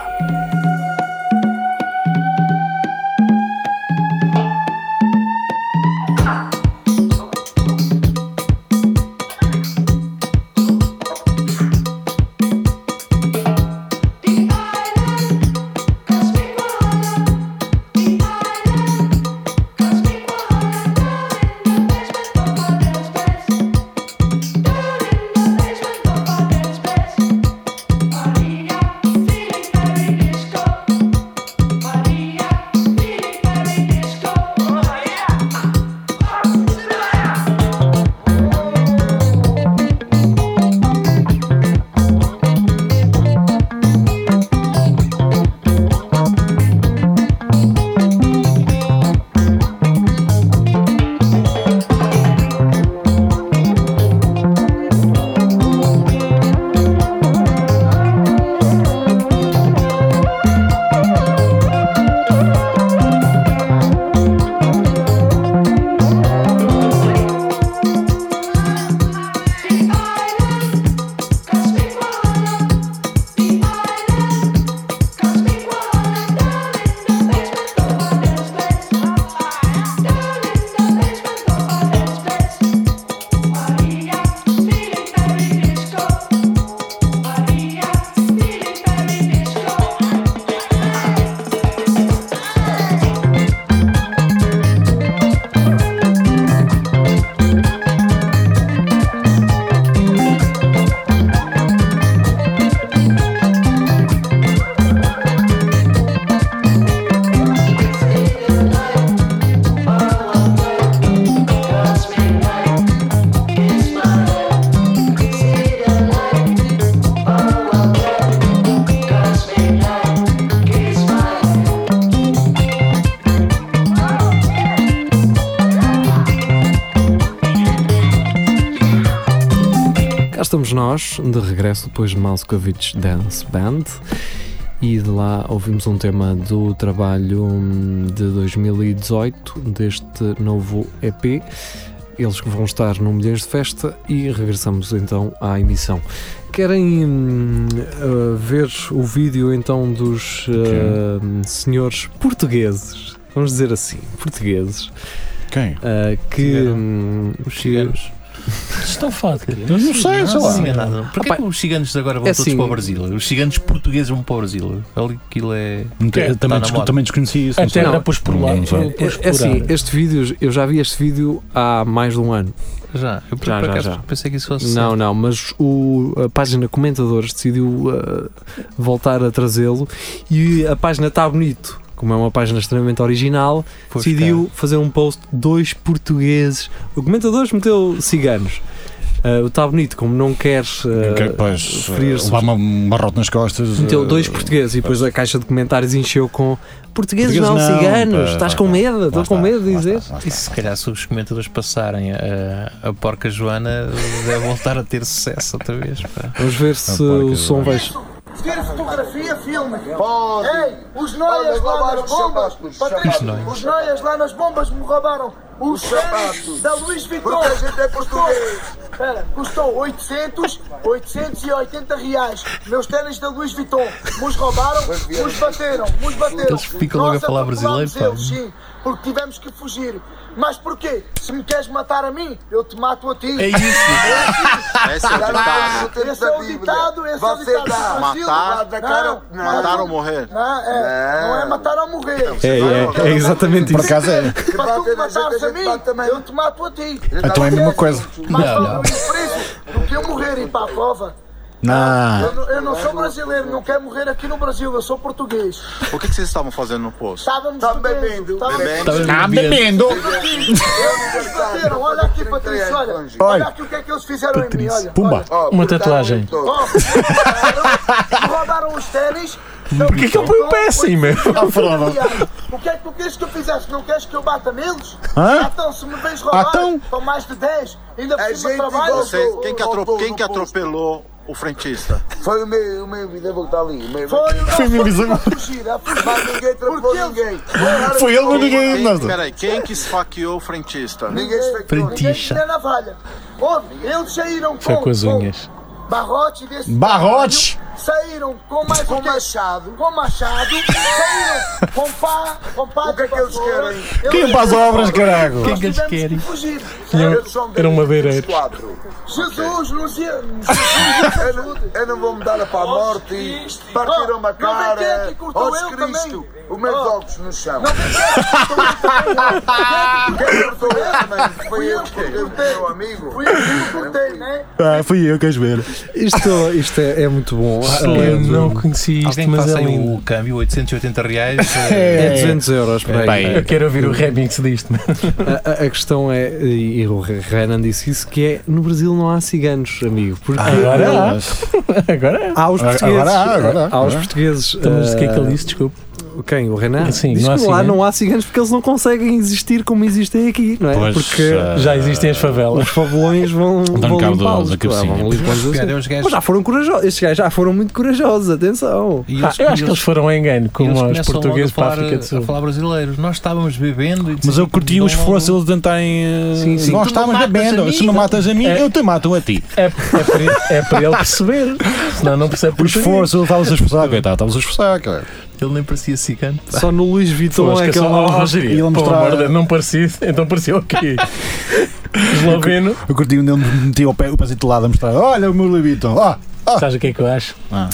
Speaker 2: Cá estamos nós, de regresso depois de Moscovich Dance Band. E de lá ouvimos um tema do trabalho hum, de 2018, deste novo EP. Eles que vão estar no Milhões de Festa e regressamos então à emissão. Querem hum, uh, ver o vídeo então dos uh,
Speaker 4: Ok.
Speaker 2: senhores portugueses, vamos dizer assim, portugueses,
Speaker 4: Quem?
Speaker 2: uh, que...
Speaker 3: Tiveram
Speaker 2: hum,
Speaker 3: Os
Speaker 2: que-
Speaker 3: ciganos.
Speaker 5: Estão fado,
Speaker 4: Eu não sei, sei lá.
Speaker 5: Sim. é
Speaker 3: Enganado. é Porquê
Speaker 2: Opa,
Speaker 3: que os ciganos agora vão
Speaker 2: é
Speaker 3: todos
Speaker 2: assim-
Speaker 3: para o Brasil? Os ciganos portugueses vão para o Brasil. Ali Aquilo é.
Speaker 4: Nunca-
Speaker 5: É,
Speaker 4: também,
Speaker 3: tá na
Speaker 4: desco-
Speaker 3: moda.
Speaker 4: também desconheci isso. não
Speaker 5: Até
Speaker 4: sei.
Speaker 5: já pus por lá.
Speaker 4: Não sei.
Speaker 5: por
Speaker 2: É, é assim,
Speaker 5: explorar.
Speaker 2: este vídeo, eu já vi este vídeo há mais de um ano.
Speaker 3: Já. Eu por,
Speaker 2: Já,
Speaker 3: por
Speaker 2: já,
Speaker 3: acaso
Speaker 2: já.
Speaker 3: pensei que isso fosse.
Speaker 2: Não, não, mas o- a página Comentadores decidiu uh, voltar a trazê-lo e a página está bonito. Como é uma página extremamente original,
Speaker 3: Pois,
Speaker 2: decidiu fazer um post de dois portugueses. O Comentadores meteu ciganos. Uh, o Está bonito, como não queres. uh,
Speaker 4: Que, pois,
Speaker 2: referir-se-
Speaker 4: levar uma, uma rota nas costas.
Speaker 2: Meteu
Speaker 4: eh,
Speaker 2: dois portugueses e depois a caixa de comentários encheu com portugueses
Speaker 4: Portugueses
Speaker 2: não,
Speaker 4: não,
Speaker 2: ciganos,
Speaker 4: pá,
Speaker 2: estás
Speaker 4: pá,
Speaker 2: com
Speaker 4: pá.
Speaker 2: medo,
Speaker 4: Lá
Speaker 2: estou com
Speaker 4: está,
Speaker 2: medo de
Speaker 4: lá
Speaker 2: dizer.
Speaker 4: está, lá
Speaker 3: E
Speaker 4: está.
Speaker 3: se calhar se os comentadores passarem a, a porca Joana, deve voltar a ter sucesso outra vez. pá.
Speaker 2: Vamos ver se
Speaker 4: porca,
Speaker 2: o som
Speaker 4: não.
Speaker 2: vai.
Speaker 6: Tira fotografia, filme.
Speaker 7: Pode.
Speaker 6: Ei, os noias
Speaker 7: Olha,
Speaker 6: lá
Speaker 7: roubaram
Speaker 6: nas
Speaker 7: os
Speaker 6: bombas.
Speaker 7: sapatos, os
Speaker 6: Patrício,
Speaker 7: sapatos.
Speaker 6: os noias lá nas bombas me roubaram. Os sapatos
Speaker 7: sapatos.
Speaker 6: da Luís Vitor.
Speaker 7: Porque a gente é português.
Speaker 6: Espera, custou 800, 880 reais. Meus ténis da Luís Vitor. Nos roubaram, nos bateram, nos bateram.
Speaker 3: Eles ficam logo a
Speaker 6: Nós
Speaker 3: falar
Speaker 6: atropelámos
Speaker 3: brasileiro,
Speaker 6: eles,
Speaker 3: pá.
Speaker 6: Sim, porque tivemos que fugir. Mas porquê? Se me queres matar a mim, eu te mato a ti.
Speaker 3: É isso!
Speaker 7: Esse é o ditado. no tempo
Speaker 6: Esse é
Speaker 7: da
Speaker 6: o
Speaker 7: Bíblia.
Speaker 6: ditado, esse é o
Speaker 7: Você
Speaker 6: ditado.
Speaker 7: dá.
Speaker 6: Brasil,
Speaker 7: Matar,
Speaker 6: não, não.
Speaker 7: matar ou morrer.
Speaker 6: Não, é, não é matar ou morrer.
Speaker 2: É, é, é exatamente
Speaker 4: Por
Speaker 2: isso.
Speaker 4: acaso é.
Speaker 6: Se tu me
Speaker 7: bater na
Speaker 6: matares
Speaker 7: gente,
Speaker 6: a
Speaker 7: a gente bate
Speaker 6: mim,
Speaker 7: também.
Speaker 6: eu te mato a ti.
Speaker 7: Então
Speaker 4: é a mesma coisa.
Speaker 6: Mais
Speaker 3: Não,
Speaker 6: vale
Speaker 3: não.
Speaker 6: eu ir preso do que eu morrer e ir para a prova.
Speaker 4: Não.
Speaker 6: Eu, não- eu não sou brasileiro, não quero morrer aqui no Brasil, eu sou português.
Speaker 7: O que, que vocês estavam fazendo no posto?
Speaker 6: Estávamos
Speaker 7: Tava
Speaker 6: bebendo,
Speaker 7: Tá bebendo.
Speaker 6: tava-
Speaker 7: Bebendo.
Speaker 4: Tá bebendo.
Speaker 6: Vocês bateram, olha
Speaker 7: Tá
Speaker 6: aqui, Patrícia, olha.
Speaker 4: Olha.
Speaker 6: Olha aqui o que é que eles fizeram em mim, olha.
Speaker 4: Pumba.
Speaker 6: olha.
Speaker 7: Ó,
Speaker 5: Uma
Speaker 7: cortaram
Speaker 5: tatuagem.
Speaker 7: todo.
Speaker 6: Ó, me roubaram os tênis. Por
Speaker 2: que que eu ponho pé assim, meu?
Speaker 6: O que é que tu queres que eu fizesse? Não queres que eu bata neles?
Speaker 4: Hã?
Speaker 6: Ah, então, se me vens roubar,
Speaker 4: Ah, então.
Speaker 6: são mais de 10. Ainda por
Speaker 8: É
Speaker 6: cima
Speaker 8: gente
Speaker 6: trabalho.
Speaker 8: igual
Speaker 7: Vocês-
Speaker 8: Voltou,
Speaker 7: quem que,
Speaker 8: voltou
Speaker 7: atro- quem
Speaker 8: no
Speaker 7: que
Speaker 8: posto.
Speaker 7: atropelou o frentista?
Speaker 8: Foi o meio, o meio vida voltar ali. o Meio
Speaker 6: Foi o nosso
Speaker 4: mesmo
Speaker 6: amigo a
Speaker 4: bizarro.
Speaker 6: fugir, a fugir.
Speaker 8: Mas ninguém trampou
Speaker 6: Por quê?
Speaker 8: ninguém.
Speaker 4: Foi ele, mas ninguém.
Speaker 7: Quem,
Speaker 4: Nossa.
Speaker 7: peraí, quem que esfaqueou o frentista?
Speaker 8: Ninguém se fez
Speaker 6: Ninguém tira a navalha. Homem, eles saíram com...
Speaker 5: Foi
Speaker 2: um
Speaker 5: com as
Speaker 6: com
Speaker 5: unhas.
Speaker 6: Barrote desse...
Speaker 4: Barrote?
Speaker 6: tamanho, Saíram com mais
Speaker 8: Com
Speaker 6: o quê?
Speaker 8: machado.
Speaker 6: Com machado. Saíram com pá, com pá
Speaker 8: O que é
Speaker 6: de
Speaker 8: que eles
Speaker 6: vassoura.
Speaker 8: querem? é
Speaker 4: Quem faz obras, caralho?
Speaker 5: que eles
Speaker 6: Nós tivemos
Speaker 5: querem?
Speaker 6: fugir.
Speaker 5: Era um madeireiro.
Speaker 6: Jesus, Luciano.
Speaker 8: Eu não, eu não vou me dar para a morte.
Speaker 6: Cristo.
Speaker 8: Partiram-me a
Speaker 6: Oh, não vem quem é
Speaker 8: cara.
Speaker 6: que cortou
Speaker 8: Ó
Speaker 6: eu também?
Speaker 8: Cristo, os meus
Speaker 6: Oh.
Speaker 8: óculos no chão.
Speaker 6: é
Speaker 8: Quem cortou eu também? Foi eu que cortei o meu amigo.
Speaker 6: Fui eu que cortei, né?
Speaker 4: Ah, fui eu, queres ver?
Speaker 2: Isto, isto é, é muito bom.
Speaker 5: Eu não conheci isto,
Speaker 3: Alguém que
Speaker 5: mas
Speaker 3: faça
Speaker 5: é
Speaker 3: aí
Speaker 5: lindo.
Speaker 3: o câmbio, 880 reais. eh,
Speaker 2: É 200 euros por aí.
Speaker 4: Bem,
Speaker 5: Eu quero ouvir o remix disto.
Speaker 2: A, a- a questão é, e o Renan disse isso, que é no Brasil não há ciganos, amigo. Porque
Speaker 4: Agora
Speaker 5: é Agora é.
Speaker 2: há os
Speaker 4: Agora
Speaker 2: portugueses.
Speaker 4: há, agora há,
Speaker 2: há os
Speaker 4: agora há.
Speaker 2: portugueses.
Speaker 5: Mas o que é que
Speaker 2: ah,
Speaker 5: ele disse? Desculpe.
Speaker 2: Quem? O Renan?
Speaker 5: Sim,
Speaker 2: Diz
Speaker 5: não há
Speaker 2: que lá
Speaker 5: ciganos.
Speaker 2: não há ciganos porque eles não conseguem existir como existem aqui, não é?
Speaker 4: Pois,
Speaker 2: porque
Speaker 4: ah,
Speaker 5: Já existem as favelas.
Speaker 2: os favelões vão,
Speaker 4: Dão-lhe
Speaker 2: vão
Speaker 4: cabo
Speaker 2: limpá-los.
Speaker 4: da- da
Speaker 2: claro,
Speaker 4: cabecinha.
Speaker 2: vão limpá-los assim.
Speaker 3: Cara, os gajos-
Speaker 2: Mas já foram corajosos. Estes gajos já foram muito corajosos, atenção.
Speaker 3: e
Speaker 5: Ah, eu acho que eles foram em engano,
Speaker 3: eles
Speaker 5: como os
Speaker 3: começam logo
Speaker 5: portugueses
Speaker 3: a
Speaker 5: para a
Speaker 3: falar,
Speaker 5: África do
Speaker 3: a
Speaker 5: Sul.
Speaker 3: falar brasileiros. Nós estávamos bebendo. e
Speaker 4: Mas eu curti o
Speaker 3: logo-
Speaker 4: esforço eles tentarem. eh,
Speaker 2: Sim, sim.
Speaker 4: Nós
Speaker 3: Tu não
Speaker 4: estávamos
Speaker 3: matas a
Speaker 4: bebendo.
Speaker 3: mim?
Speaker 4: Se não matas a mim,
Speaker 5: É.
Speaker 4: eu te mato a ti.
Speaker 5: É, é, para ele, é para ele perceber, senão não percebe
Speaker 4: O
Speaker 5: por
Speaker 4: esforço, eles estavam a esforçar. Coitado, estavam a esforçar, cara.
Speaker 3: Ele nem parecia cigano.
Speaker 2: Só no Luís Vitão é que
Speaker 4: ele mostrava-
Speaker 5: não parecia, então parecia o quê? Esloveno.
Speaker 4: Eu curti um deles me metia o pé, o pezinho de lado a mostrar. Olha o meu Leviton. Ah, ah.
Speaker 5: Sabes o que é que eu acho?
Speaker 4: Ah.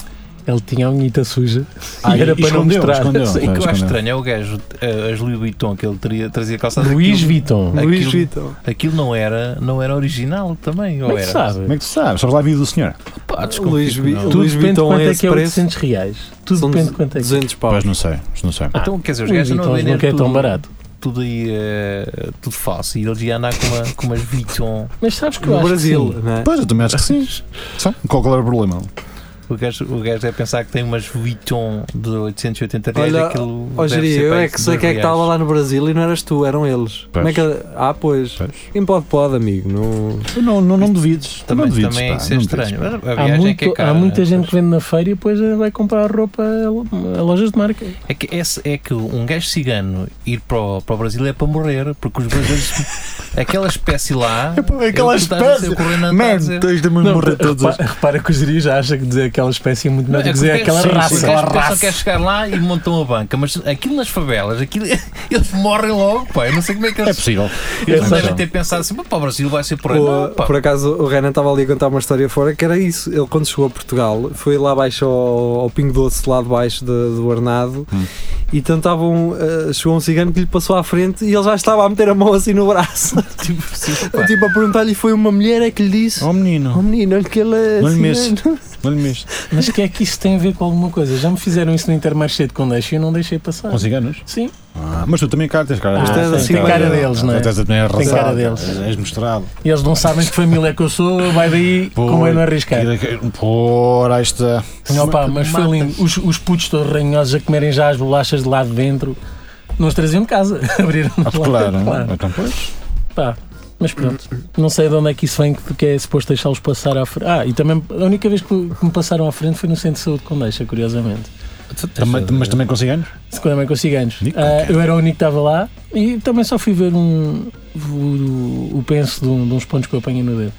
Speaker 5: Ele tinha a unhita suja
Speaker 4: Ah,
Speaker 5: e era
Speaker 4: e- e
Speaker 5: para não
Speaker 4: escondeu,
Speaker 5: mostrar.
Speaker 4: escondeu.
Speaker 5: Sim.
Speaker 3: O que eu acho
Speaker 4: escondeu.
Speaker 3: estranho é o gajo, eh, as Louis Vuitton que ele teria, trazia calçado.
Speaker 5: Luís
Speaker 3: aquilo-
Speaker 5: Vuitton. é
Speaker 3: Aquilo-
Speaker 2: Luís Vitão.
Speaker 3: Aquilo não era, não era original também, ou
Speaker 5: Como é que
Speaker 3: era?
Speaker 5: sabe?
Speaker 4: Como é que tu sabes? Sabes lá a vida do senhor?
Speaker 3: Pá, desconfio
Speaker 2: Luís,
Speaker 3: que
Speaker 2: Vi-
Speaker 3: não.
Speaker 5: Tudo
Speaker 2: Luís
Speaker 5: depende de
Speaker 2: Vitão
Speaker 5: quanto
Speaker 2: é
Speaker 5: é que
Speaker 2: esse
Speaker 5: é
Speaker 2: preço.
Speaker 5: 800 reais. Tudo
Speaker 2: São
Speaker 5: depende de quanto é que é.
Speaker 2: 200 pau.
Speaker 4: Pois não sei, não sei.
Speaker 3: Então, quer dizer, os
Speaker 5: Luís
Speaker 3: gajos não
Speaker 5: Vuitton
Speaker 3: vendem
Speaker 5: nunca é tão
Speaker 3: tudo-
Speaker 5: barato.
Speaker 3: Tudo aí, eh, tudo falso. E ele devia andar com, uma, com umas Vuitton.
Speaker 5: Mas sabes que eu
Speaker 2: No
Speaker 5: acho que
Speaker 2: Brasil,
Speaker 5: sim.
Speaker 2: não
Speaker 3: né?
Speaker 2: é?
Speaker 4: Pois, eu também acho que sim. Sim. Qual qual era o problema?
Speaker 3: O gajo, o gajo é pensar que tem umas Vuitton de 880 reais.
Speaker 2: Olha,
Speaker 3: aquilo
Speaker 2: Ó,
Speaker 3: deve
Speaker 2: Jeria,
Speaker 3: ser
Speaker 2: eu
Speaker 3: para
Speaker 2: é
Speaker 3: aí
Speaker 2: que sei
Speaker 3: dois
Speaker 2: quem é que estava
Speaker 3: reais.
Speaker 2: lá no Brasil e não eras tu, eram eles. Como é que... Ah, pois.
Speaker 4: Pois.
Speaker 2: Quem pode, pode, amigo. Não...
Speaker 4: Eu Não, não, não duvides.
Speaker 3: Também,
Speaker 4: não duvides,
Speaker 3: também
Speaker 4: pá,
Speaker 3: isso é
Speaker 4: não duvides,
Speaker 3: estranho.
Speaker 4: pá.
Speaker 3: Mas a
Speaker 5: Há,
Speaker 3: viagem
Speaker 5: muito-
Speaker 3: é que é cara,
Speaker 5: há muita
Speaker 3: né?
Speaker 5: gente que vende na feira e depois vai comprar roupa a a lojas de marca.
Speaker 3: É que, esse- é que um gajo cigano ir para o, para o Brasil é para morrer, porque os brasileiros. aquela espécie lá.
Speaker 4: É pá, aquela
Speaker 3: é o que tu estás a dizer,
Speaker 4: espécie.
Speaker 3: o que o Renan está a
Speaker 4: Man,
Speaker 3: dizer.
Speaker 4: tens de me
Speaker 5: Não,
Speaker 4: morrer todos.
Speaker 5: repa- repara que o Jiri já acha que dizer aquela espécie é muito melhor do
Speaker 3: que
Speaker 5: que dizer
Speaker 3: os
Speaker 5: aquela
Speaker 3: gajos- sim,
Speaker 5: raça.
Speaker 3: Os gajos pensam que é chegar lá e montam a banca, mas aquilo nas favelas, aquilo, eles morrem logo, pá. Eu não sei como é que
Speaker 4: É
Speaker 3: eles.
Speaker 4: possível. É
Speaker 3: eles devem
Speaker 4: possível.
Speaker 3: ter pensado assim, "Pá, para o Brasil vai ser por aí.
Speaker 2: O-
Speaker 3: Não, pá.
Speaker 2: por acaso o Renan estava ali a contar uma história fora que era isso. Ele quando chegou a Portugal foi lá baixo ao, ao Pingo Doce, lá debaixo de- do Arnado,
Speaker 3: Hum.
Speaker 2: e tentavam. eh, chegou um cigano que lhe passou à frente e ele já estava a meter a mão assim no braço.
Speaker 3: Tipo, sim, pá.
Speaker 2: tipo a perguntar-lhe foi uma mulher é que lhe disse.
Speaker 4: Oh
Speaker 2: Oh
Speaker 4: menino,
Speaker 2: menino, olha que ele é
Speaker 4: Não lhe
Speaker 2: cigano."
Speaker 4: não lhe mexe.
Speaker 5: Mas que é que isso tem a ver com alguma coisa? Já me fizeram isso no Intermarché de Condeixo e eu não deixei passar.
Speaker 4: Com ciganos?
Speaker 5: Sim,
Speaker 4: Ah, mas tu também cara, tens cara
Speaker 5: Ah,
Speaker 4: deles.
Speaker 2: tens assim
Speaker 4: Tens
Speaker 2: cara
Speaker 5: deles, não é?
Speaker 4: Tens também arrasado.
Speaker 5: Tem cara deles.
Speaker 4: És mostrado.
Speaker 5: e eles não sabem que família é que eu sou, vai daí, como é não arriscar.
Speaker 4: Por esta.
Speaker 5: Não, pá, mas foi lindo. Os, os putos todos ranhosos a comerem já as bolachas de lá de dentro, não os traziam de casa, abriram
Speaker 4: Ah, claro. Então, pois.
Speaker 5: Pá, mas pronto, não sei de onde é que isso vem, que que é suposto deixá-los passar à frente. Ah, e também a única vez que que me passaram à frente foi no centro de saúde de Condeixa, curiosamente.
Speaker 4: Também- Mas também com ciganos?
Speaker 5: Se também com ciganos.
Speaker 4: Nico,
Speaker 5: Ah,
Speaker 4: ok.
Speaker 5: eu era o único que estava lá e também só fui ver um, o, o penso de, um- de uns pontos que eu apanhei no dedo.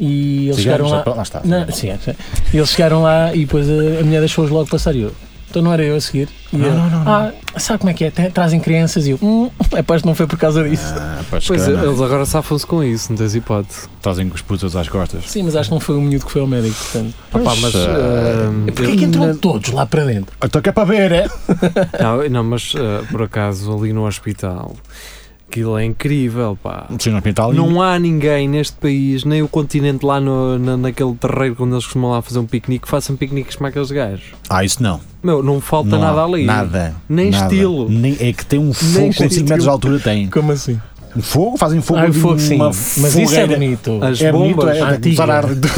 Speaker 5: E eles
Speaker 4: Ciganos,
Speaker 5: chegaram lá.
Speaker 4: Lá está.
Speaker 5: Não, sim, é, sim. E eles chegaram lá e depois a, a mulher deixou-os logo passar e eu. Então não era eu a seguir. E eu,
Speaker 4: não, não, não.
Speaker 5: Ah, sabe como é que é? Tem- Trazem crianças e eu. Hum, rapaz, não foi por causa disso.
Speaker 4: Ah, pois,
Speaker 2: Pois
Speaker 4: pois
Speaker 2: é, eles agora safam-se com isso, não tens hipótese.
Speaker 4: Trazem com os putos às costas.
Speaker 5: Sim, mas acho que não foi o miúdo que foi ao médico, portanto.
Speaker 2: Opa, mas,
Speaker 4: ah,
Speaker 2: ah,
Speaker 5: Porquê é que entram todos lá para dentro?
Speaker 4: Então que é para ver, é?
Speaker 2: eh, Não, não mas ah, por acaso ali no hospital, aquilo é incrível, pá.
Speaker 4: Sim, no hospital e-
Speaker 2: Não há ninguém neste país, nem o continente lá no, na- naquele terreiro quando eles costumam lá fazer um piquenique, que façam piqueniques como aqueles gajos.
Speaker 4: Ah, isso não.
Speaker 2: Meu, não falta
Speaker 4: Não há
Speaker 2: nada ali.
Speaker 4: Nada.
Speaker 2: Nem
Speaker 4: nada.
Speaker 2: estilo.
Speaker 4: Nem- é que tem um fogo com
Speaker 2: estilo.
Speaker 4: 5 metros de altura. Tem.
Speaker 5: Como assim?
Speaker 4: Um fogo? Fazem fogo.
Speaker 5: Ah,
Speaker 4: de
Speaker 5: fogo, sim.
Speaker 4: uma
Speaker 5: Mas isso é
Speaker 4: fogueira.
Speaker 5: bonito.
Speaker 2: As
Speaker 4: É bonito,
Speaker 2: bombas,
Speaker 4: é, é,
Speaker 5: antigas.
Speaker 4: começar a arder.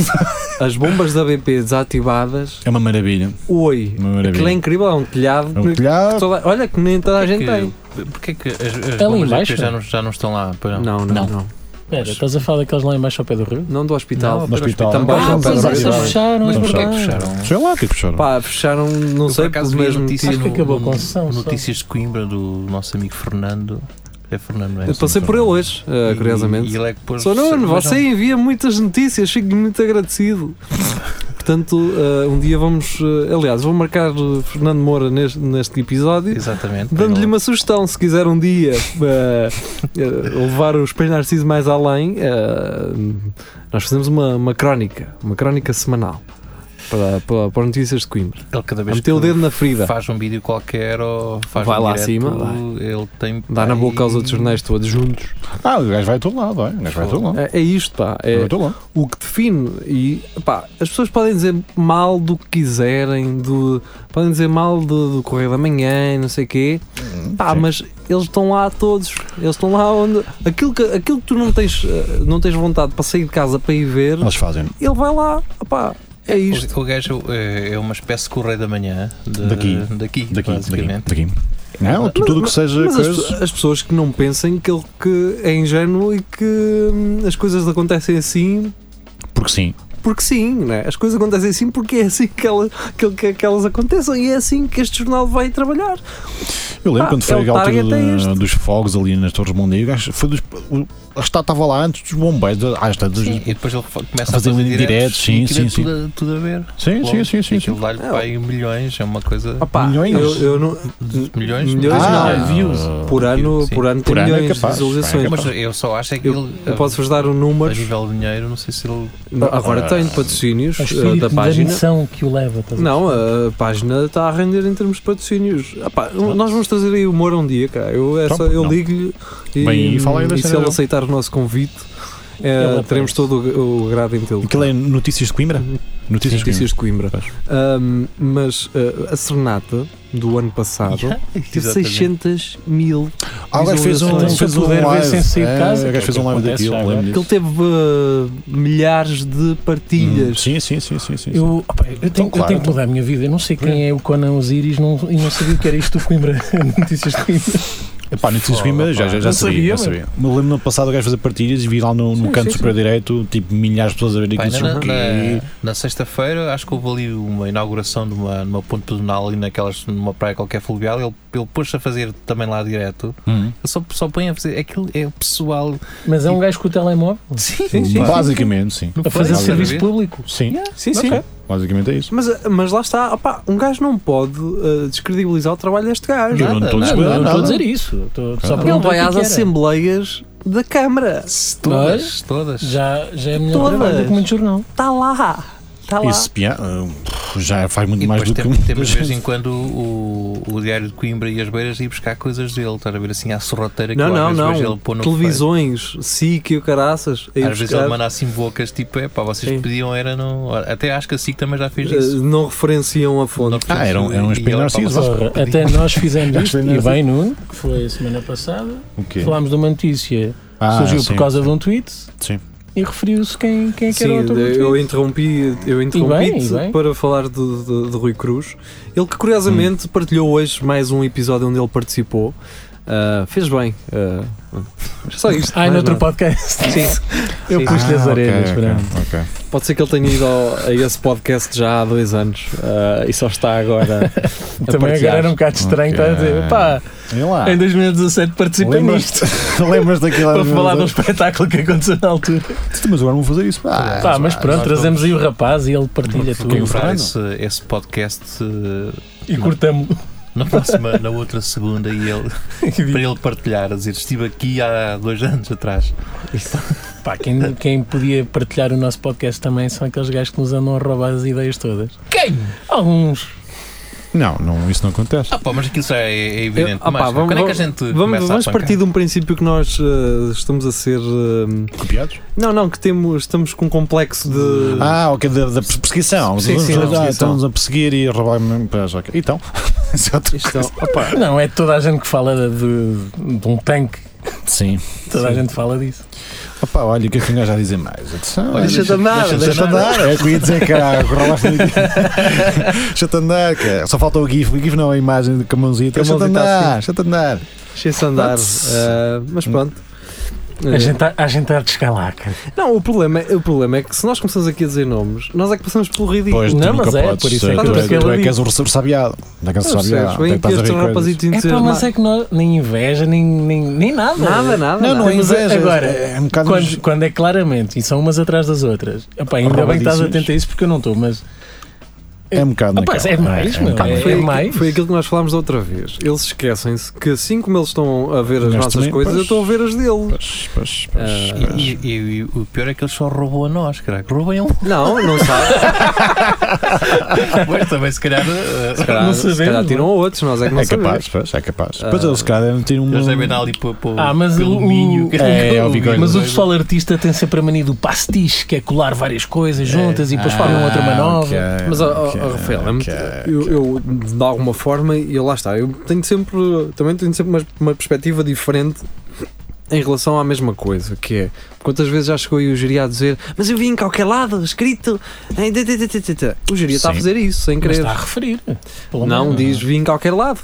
Speaker 2: as bombas da BP desativadas,
Speaker 4: é uma maravilha.
Speaker 2: oi,
Speaker 4: Uma maravilha.
Speaker 2: aquilo é incrível, é um telhado.
Speaker 4: É um
Speaker 2: que- que
Speaker 4: telhado. É
Speaker 2: toda- olha que nem toda a gente tem.
Speaker 3: que, porquê que as, as
Speaker 5: É ali
Speaker 3: bombas
Speaker 5: embaixo,
Speaker 3: EPs já não, já não estão lá? Pois não.
Speaker 2: Não, não,
Speaker 4: Não.
Speaker 2: não. Não,
Speaker 5: Espera, estás a falar daqueles lá embaixo ao pé do rio?
Speaker 2: do hospital.
Speaker 3: Não,
Speaker 4: No hospital.
Speaker 2: Também
Speaker 4: Ah,
Speaker 2: não
Speaker 4: pois
Speaker 2: tem
Speaker 4: é,
Speaker 2: hospital.
Speaker 4: essas
Speaker 5: fecharam,
Speaker 3: Mas
Speaker 5: é
Speaker 3: porquê que
Speaker 5: verdade.
Speaker 3: fecharam?
Speaker 4: Sei lá o que é que fecharam.
Speaker 2: Pá, fecharam, não
Speaker 3: Eu,
Speaker 2: sei,
Speaker 3: por
Speaker 2: pelo
Speaker 3: acaso vi a
Speaker 2: mesmo tipo,
Speaker 3: notícia
Speaker 5: Acho que
Speaker 3: no-
Speaker 5: acabou a
Speaker 3: no-
Speaker 5: concessão, só.
Speaker 3: Notícias de Coimbra do nosso amigo Fernando. É Fernando, não é?
Speaker 2: Eu passei por ele hoje, eh,
Speaker 3: E-
Speaker 2: curiosamente.
Speaker 3: E ele é que pôs.
Speaker 2: Sou Nuno,
Speaker 3: mas
Speaker 2: você envia muitas notícias, fico muito agradecido. Portanto, eh, um dia vamos. eh, aliás, vou marcar eh, Fernando Moura neste, neste
Speaker 3: não-
Speaker 2: episódio.
Speaker 3: Exatamente.
Speaker 2: Dando-lhe
Speaker 3: Ele-
Speaker 2: uma sugestão, se quiser um dia eh, eh, levar o Espelho Narciso mais além, eh, nós fazemos uma, uma crónica, uma crónica semanal para, para, para notícias de Coimbra.
Speaker 3: Ele cada
Speaker 2: A
Speaker 3: vez
Speaker 2: meter o dedo na ferida,
Speaker 3: faz um vídeo qualquer ou faz
Speaker 2: Vai
Speaker 3: um
Speaker 2: lá
Speaker 3: direto,
Speaker 2: acima, vai.
Speaker 3: ele tem.
Speaker 2: dar na
Speaker 3: aí-
Speaker 2: boca aos outros jornais todos juntos.
Speaker 4: Ah, o gajo vai a todo lado, vai. O gajo vai a todo lado.
Speaker 2: É, é isto, pá.
Speaker 4: Vai
Speaker 2: É,
Speaker 4: a todo lado.
Speaker 2: o que define e pá, as pessoas podem dizer mal do que quiserem, do, podem dizer mal do, do Correio da Manhã, e não sei o quê, pá,
Speaker 4: sim.
Speaker 2: mas eles estão lá todos, eles estão lá onde aquilo que, aquilo que tu não tens, eh, não tens vontade para sair de casa para ir ver,
Speaker 4: Eles fazem.
Speaker 2: ele vai lá, pá, é isto.
Speaker 3: O, o gajo é, é uma espécie de correio da manhã. de-
Speaker 4: Daqui.
Speaker 3: Daqui,
Speaker 4: Daqui,
Speaker 3: basicamente.
Speaker 4: daqui. daqui. Não, tu- tudo o que seja
Speaker 2: Mas as,
Speaker 4: coisa.
Speaker 2: pe- as pessoas que não pensem que ele que é ingênuo e que hum, as coisas acontecem assim
Speaker 4: Porque sim.
Speaker 2: porque sim, né? as coisas acontecem assim porque é assim que elas, que, que- que elas acontecem e é assim que este jornal vai trabalhar.
Speaker 4: Eu lembro
Speaker 2: Ah,
Speaker 4: quando
Speaker 2: é
Speaker 4: foi
Speaker 2: o
Speaker 4: a altura
Speaker 2: target é
Speaker 4: de-
Speaker 2: este.
Speaker 4: dos fogos ali nas Torres Mondego, foi dos. o- A estátua estava lá antes dos bombeiros, às tantas.
Speaker 3: Sim,
Speaker 4: Sim,
Speaker 3: E depois ele fa- começa a
Speaker 4: Fazer
Speaker 3: fazer
Speaker 4: linha de
Speaker 3: diretos,
Speaker 4: diretos, sim,
Speaker 3: e aquilo é
Speaker 4: sim, sim.
Speaker 3: Tudo, a- tudo a ver.
Speaker 4: sim, sim, sim. sim, Ah,
Speaker 3: Aquilo dá-lhe
Speaker 2: É.
Speaker 3: para aí milhões, é uma coisa.
Speaker 2: Opá,
Speaker 4: Milhões?
Speaker 2: Eu, eu não,
Speaker 3: de milhões?
Speaker 2: milhões
Speaker 4: Ah,
Speaker 2: não,
Speaker 4: views.
Speaker 2: Por ano,
Speaker 3: Sim.
Speaker 2: por ano tem
Speaker 4: Por ano é
Speaker 2: milhões
Speaker 4: capaz,
Speaker 2: de
Speaker 4: é
Speaker 2: visualizações.
Speaker 4: capaz.
Speaker 3: Mas eu só acho é que
Speaker 2: Eu,
Speaker 3: ele.
Speaker 2: eu posso-vos dar um
Speaker 3: A
Speaker 2: número.
Speaker 3: nível de dinheiro, não sei se ele.
Speaker 4: Ah,
Speaker 2: Agora tenho patrocínios
Speaker 5: O
Speaker 2: eh, da
Speaker 5: espírito da,
Speaker 2: página.
Speaker 5: missão que o leva. estás a
Speaker 2: Não, a página está a render em termos de patrocínios. Ah pá, nós vamos trazer aí o humor um dia, cara. Eu, é
Speaker 4: Então,
Speaker 2: só- eu
Speaker 4: não.
Speaker 2: ligo-lhe
Speaker 4: Bem,
Speaker 2: e,
Speaker 4: e fala aí da
Speaker 2: e se
Speaker 4: cena
Speaker 2: ele
Speaker 4: dele. É
Speaker 2: aceitar o nosso convite, eh,
Speaker 5: Ele aparece.
Speaker 2: teremos todo o, o grado em tê-lo.
Speaker 4: Aquilo é notícias de Coimbra? Notícias de Coimbra.
Speaker 2: Notícias de Coimbra.
Speaker 4: Pois.
Speaker 2: Ahm, mas eh, a Serenata do ano passado teve
Speaker 3: Exatamente.
Speaker 2: 600 mil.
Speaker 4: Ah, o gajo fez um,
Speaker 2: Visualizações.
Speaker 4: fez
Speaker 5: Se eu
Speaker 4: um
Speaker 5: puder ver
Speaker 4: live.
Speaker 5: sem sair de
Speaker 4: É,
Speaker 5: casa,
Speaker 4: o gajo fez um live
Speaker 9: acontece
Speaker 4: daquilo,
Speaker 9: já
Speaker 4: lembro
Speaker 2: Que ele
Speaker 4: disso.
Speaker 2: teve eh, milhares de
Speaker 4: Hum,
Speaker 2: partilhas.
Speaker 4: Sim, sim, sim, sim. sim, sim.
Speaker 5: Eu, opa, eu, tenho,
Speaker 4: Então,
Speaker 5: eu
Speaker 4: claro,
Speaker 5: tenho que
Speaker 4: então.
Speaker 5: mudar a minha vida. Eu não sei quem é o Conan Osiris não, e não sabia o que era isto do Coimbra. Notícias de Coimbra.
Speaker 4: Epá, notícias de Coimbra já, já, já
Speaker 2: Não
Speaker 4: sabia, já
Speaker 2: sabia,
Speaker 4: sabia. Eu lembro no passado o gajo fazer partilhas e vi lá no, no
Speaker 2: Sim,
Speaker 4: canto
Speaker 2: sim,
Speaker 4: superior direito, tipo milhares de pessoas a ver
Speaker 3: Pá,
Speaker 4: aquilo.
Speaker 3: na,
Speaker 4: assim, o
Speaker 3: na-
Speaker 4: quê?
Speaker 3: na sexta-feira acho que houve ali uma inauguração de uma, de uma ponte pedonal ali naquelas, numa praia qualquer fluvial. Ele, ele pôs-se a fazer também lá direto.
Speaker 4: Hum.
Speaker 3: Ele só, só põe a fazer. Aquilo é o pessoal.
Speaker 5: Mas é um gajo com o telemóvel
Speaker 3: Sim,
Speaker 4: Basicamente, sim.
Speaker 5: a fazer
Speaker 4: Nada a
Speaker 5: serviço
Speaker 3: ver.
Speaker 5: público.
Speaker 4: Sim,
Speaker 3: Hum,
Speaker 2: Sim, sim.
Speaker 4: basicamente é isso.
Speaker 2: Mas, eh, mas lá está, opá, um gajo não pode eh, descredibilizar o trabalho deste gajo.
Speaker 4: Eu não estou a
Speaker 5: Não,
Speaker 4: discordar
Speaker 5: não,
Speaker 4: nada.
Speaker 5: estou a dizer isso. Estou- só
Speaker 2: Ele vai
Speaker 5: perguntei o que
Speaker 2: às
Speaker 5: que era.
Speaker 2: assembleias da Câmara.
Speaker 4: é?
Speaker 3: Todas, todas.
Speaker 5: Já, já é melhor
Speaker 2: Todas.
Speaker 5: trabalho do que muito jornal.
Speaker 2: Está lá. Está lá.
Speaker 4: Esse piá, ah, já faz muito
Speaker 3: Tá E
Speaker 4: mais
Speaker 3: depois
Speaker 4: do que. um-
Speaker 3: temos, temos de vez em quando o, o Diário de Coimbra e as Beiras ir buscar coisas dele. Estás a ver assim à sorrateira que
Speaker 2: Não,
Speaker 3: eu às
Speaker 2: não,
Speaker 3: vezes vejo
Speaker 2: não.
Speaker 3: ele pôr no
Speaker 2: Televisões, SIC e o caraças. a ir
Speaker 3: Facebook. Às vezes
Speaker 2: buscar,
Speaker 3: ele manda assim bocas tipo, é pá, vocês
Speaker 2: Sim.
Speaker 3: pediam era no. Até acho que a SIC também já fez
Speaker 2: eh,
Speaker 3: isso.
Speaker 2: não referenciam a fonte.
Speaker 4: Ah, era um- era um
Speaker 3: E
Speaker 4: espelho
Speaker 3: ele, pá,
Speaker 4: narciso.
Speaker 3: vocês
Speaker 5: Ora,
Speaker 3: pediam.
Speaker 5: até nós fizemos isto,
Speaker 4: Acho que
Speaker 5: e
Speaker 4: não é
Speaker 5: bem, Nuno, que foi a semana passada.
Speaker 4: O quê?
Speaker 5: Falámos de uma notícia
Speaker 4: Ah,
Speaker 5: surgiu
Speaker 4: sim.
Speaker 5: por causa de um tweet
Speaker 4: Sim.
Speaker 5: e referiu-se quem, quem é que era o
Speaker 2: Sim,
Speaker 5: autor do tweet.
Speaker 2: eu interrompi, eu interrompi
Speaker 5: e bem.
Speaker 2: para falar de, de- de Rui Cruz. Ele que
Speaker 5: Hum.
Speaker 2: curiosamente partilhou hoje mais um episódio onde ele participou. Ah, fez bem. ah, só isto.
Speaker 5: Ah,
Speaker 2: mais
Speaker 5: noutro
Speaker 2: nada.
Speaker 5: podcast.
Speaker 2: Sim.
Speaker 5: Eu
Speaker 2: Sim.
Speaker 5: pus-lhe as
Speaker 4: Ah, ok,
Speaker 5: orelhas.
Speaker 4: ok,
Speaker 5: pronto.
Speaker 4: ok.
Speaker 2: Pode ser que ele tenha ido ao- a esse podcast já há dois anos ah, e só está agora. a
Speaker 5: Também
Speaker 2: partilhar.
Speaker 5: agora era um bocado estranho
Speaker 4: Ok.
Speaker 5: estar a dizer, pá,
Speaker 4: Vem lá.
Speaker 5: em 2017 participei nisto
Speaker 4: Lembras-te Ah, lembras daquilo?
Speaker 5: para falar de um espetáculo que aconteceu na altura.
Speaker 4: Mas agora vão fazer isso. Ah,
Speaker 3: Tá.
Speaker 5: Pá, mas pronto, trazemos aí o rapaz e ele partilha tudo.
Speaker 3: Vou comprar esse, esse podcast eh,
Speaker 5: E cortamos.
Speaker 3: na próxima, na outra segunda e ele para ele partilhar, a dizer estive aqui há dois anos atrás.
Speaker 5: Pá, quem, quem podia partilhar o nosso podcast também são aqueles gajos que nos andam a roubar as ideias todas. Quem? Alguns.
Speaker 4: Não, não, isso não acontece.
Speaker 3: Ah, pá, mas aquilo já é, é
Speaker 2: Eu-
Speaker 3: evidente.
Speaker 2: ah,
Speaker 3: mas,
Speaker 2: pá, vamos,
Speaker 3: quando é que a
Speaker 2: vamos-
Speaker 3: gente
Speaker 2: vamos-
Speaker 3: começa
Speaker 2: vamos
Speaker 3: a pancar?
Speaker 2: partir de um princípio que nós eh, estamos a ser. eh,
Speaker 4: Copiados?
Speaker 2: não, não, que temos, estamos com um complexo de.
Speaker 4: Ah, ok, da, da perseguição.
Speaker 2: Sim, sim,
Speaker 4: Ah,
Speaker 2: da perseguição.
Speaker 4: Estão-nos a perseguir e a roubar-me. Pois, ok. Então, isso é outra
Speaker 2: Isto é-
Speaker 4: coisa.
Speaker 2: opa,
Speaker 5: Não, é toda a gente que fala de, de um tanque.
Speaker 4: Sim.
Speaker 5: Toda a gente fala disso.
Speaker 4: Opa, olha, o que é que um gajo a dizer mais? Eu disse, ah, olha,
Speaker 2: Deixa-te andar,
Speaker 4: Deixa-te
Speaker 2: deixa-te
Speaker 4: andar. É o que eu ia dizer, caralho. roubaste-me. Deixa-te andar, cara. Só falta o GIF. O GIF não é a imagem de com a mãozinha.
Speaker 2: Com a
Speaker 4: Deixa-te
Speaker 2: mãozinha, tá
Speaker 4: andar,
Speaker 2: assim.
Speaker 4: deixa-te andar.
Speaker 2: Deixa-se andar.
Speaker 4: Putz. É
Speaker 2: eh, mas pronto.
Speaker 5: A
Speaker 2: Eh,
Speaker 5: gente tá- a gente está de escalar, cara.
Speaker 2: Não, o problema, é- o problema é que se nós começamos aqui a dizer nomes, nós é que passamos pelo ridículo.
Speaker 4: Pois,
Speaker 5: Não,
Speaker 4: tu nunca
Speaker 5: mas é,
Speaker 4: podes.
Speaker 5: por isso é
Speaker 4: tu
Speaker 5: que eu
Speaker 4: és-
Speaker 5: estou
Speaker 4: tu é que
Speaker 5: ali.
Speaker 4: és o recebo sabiado. Não é que és
Speaker 2: Não, percebes?
Speaker 4: sabiado.
Speaker 2: Vem
Speaker 4: Tem que
Speaker 2: aqui
Speaker 4: estás a
Speaker 2: este
Speaker 4: ver coisas.
Speaker 2: rapazinho de
Speaker 5: É pá, mas
Speaker 2: entusiasmado.
Speaker 5: é que não- nem inveja, nem, nem, nem nada.
Speaker 2: Nada, nada.
Speaker 4: Não, não é
Speaker 2: nada.
Speaker 5: Mas é-
Speaker 4: inveja.
Speaker 5: agora,
Speaker 4: é um bocado.
Speaker 5: Quando, quando é claramente e são umas atrás das outras. Epá, ainda bem que estás
Speaker 4: Roubadíssimas.
Speaker 5: atento a isso porque eu não estou, mas
Speaker 4: É um bocado.
Speaker 5: Rapaz,
Speaker 4: naquela.
Speaker 5: é mais,
Speaker 4: um
Speaker 5: meu,
Speaker 4: bocado
Speaker 5: é-
Speaker 4: naquela.
Speaker 2: Foi, aqui-
Speaker 5: mais?
Speaker 2: foi aquilo que nós falámos da outra vez. Eles esquecem-se que assim como eles estão a ver as
Speaker 4: Nós
Speaker 2: nossas
Speaker 4: também,
Speaker 2: coisas,
Speaker 4: pois.
Speaker 2: eu estou a ver as deles.
Speaker 4: Pois, pois, pois,
Speaker 2: Ah,
Speaker 4: pois.
Speaker 3: E, e- e- e o pior é que eles só roubam a nós, caraca. Roubam a um.
Speaker 2: Não, não sabe.
Speaker 3: Pois também, se calhar. eh,
Speaker 2: Se calhar,
Speaker 5: Não
Speaker 2: se
Speaker 5: sabemos,
Speaker 2: calhar
Speaker 5: não.
Speaker 2: tiram a outros, nós é que não
Speaker 4: É capaz,
Speaker 2: sabemos.
Speaker 4: pois, é capaz. Pois eles, se calhar, devem ter um.
Speaker 3: Eles devem andar ali para,
Speaker 5: Ah, mas
Speaker 3: pelo
Speaker 5: o-
Speaker 3: Minho. que-
Speaker 4: É, eu ouvi
Speaker 3: o Minho.
Speaker 4: coisas.
Speaker 5: Mas o pessoal artista tem sempre a mania do pastiche, que é colar várias coisas juntas e depois
Speaker 4: Ah,
Speaker 5: formam outra manobra.
Speaker 4: ok,
Speaker 2: Mas, ó, ó,
Speaker 4: ok,
Speaker 2: ó, Rafael, é muito-
Speaker 4: ok,
Speaker 2: eu,
Speaker 4: ok.
Speaker 2: eu, de alguma forma, e lá está, eu tenho sempre, também tenho sempre uma, uma perspectiva diferente em relação à mesma coisa, que é quantas vezes já chegou aí o geria a dizer, mas eu vi em qualquer lado, escrito, em tê, tê, tê, tê, tê, tê." o geria está a
Speaker 4: Sim.
Speaker 2: fazer isso, sem
Speaker 5: Mas
Speaker 2: querer.
Speaker 5: está a referir. Pelo
Speaker 2: Não,
Speaker 5: menos.
Speaker 2: diz, vi em qualquer lado.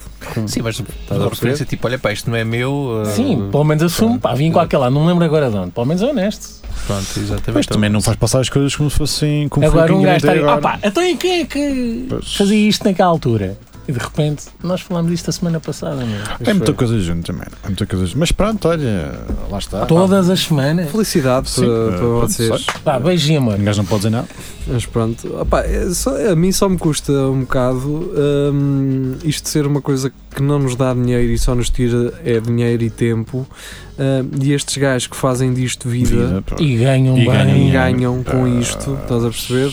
Speaker 3: Sim, mas
Speaker 2: a
Speaker 3: a
Speaker 2: perceber?
Speaker 3: referência, tipo, olha, pá, isto não é meu. eh,
Speaker 5: Sim, pelo menos assumo. Pá, vim em qualquer lado, não me lembro agora de onde. Pelo menos é honesto.
Speaker 3: Pronto, exatamente.
Speaker 4: Mas também não faz passar as coisas como se fossem. Como
Speaker 5: agora
Speaker 4: foi
Speaker 5: um
Speaker 4: que
Speaker 5: gajo está
Speaker 4: inventei
Speaker 5: ali.
Speaker 4: agora.
Speaker 5: Opa, então e quem é que
Speaker 4: Pois.
Speaker 5: fazia isto naquela altura? E de repente, nós falámos disto a semana passada, meu.
Speaker 4: É muita coisa junto também. É muita coisa junto. Mas pronto, olha, lá está.
Speaker 5: Todas as semanas.
Speaker 2: Felicidade
Speaker 4: Sim,
Speaker 2: para,
Speaker 4: eh,
Speaker 2: para
Speaker 4: pronto,
Speaker 2: vocês.
Speaker 4: sei.
Speaker 5: Pá, beijinho, amor.
Speaker 4: Um gajo não pode dizer nada.
Speaker 2: Mas pronto, opá, é só- a mim só me custa um bocado hum, isto ser uma coisa que não nos dá dinheiro e só nos tira é dinheiro e tempo. hum, e estes gajos que fazem disto vida,
Speaker 4: Vida, pá.
Speaker 5: E ganham
Speaker 4: E
Speaker 5: bem.
Speaker 4: ganham
Speaker 2: e
Speaker 4: dinheiro.
Speaker 2: ganham com isto, estás a perceber?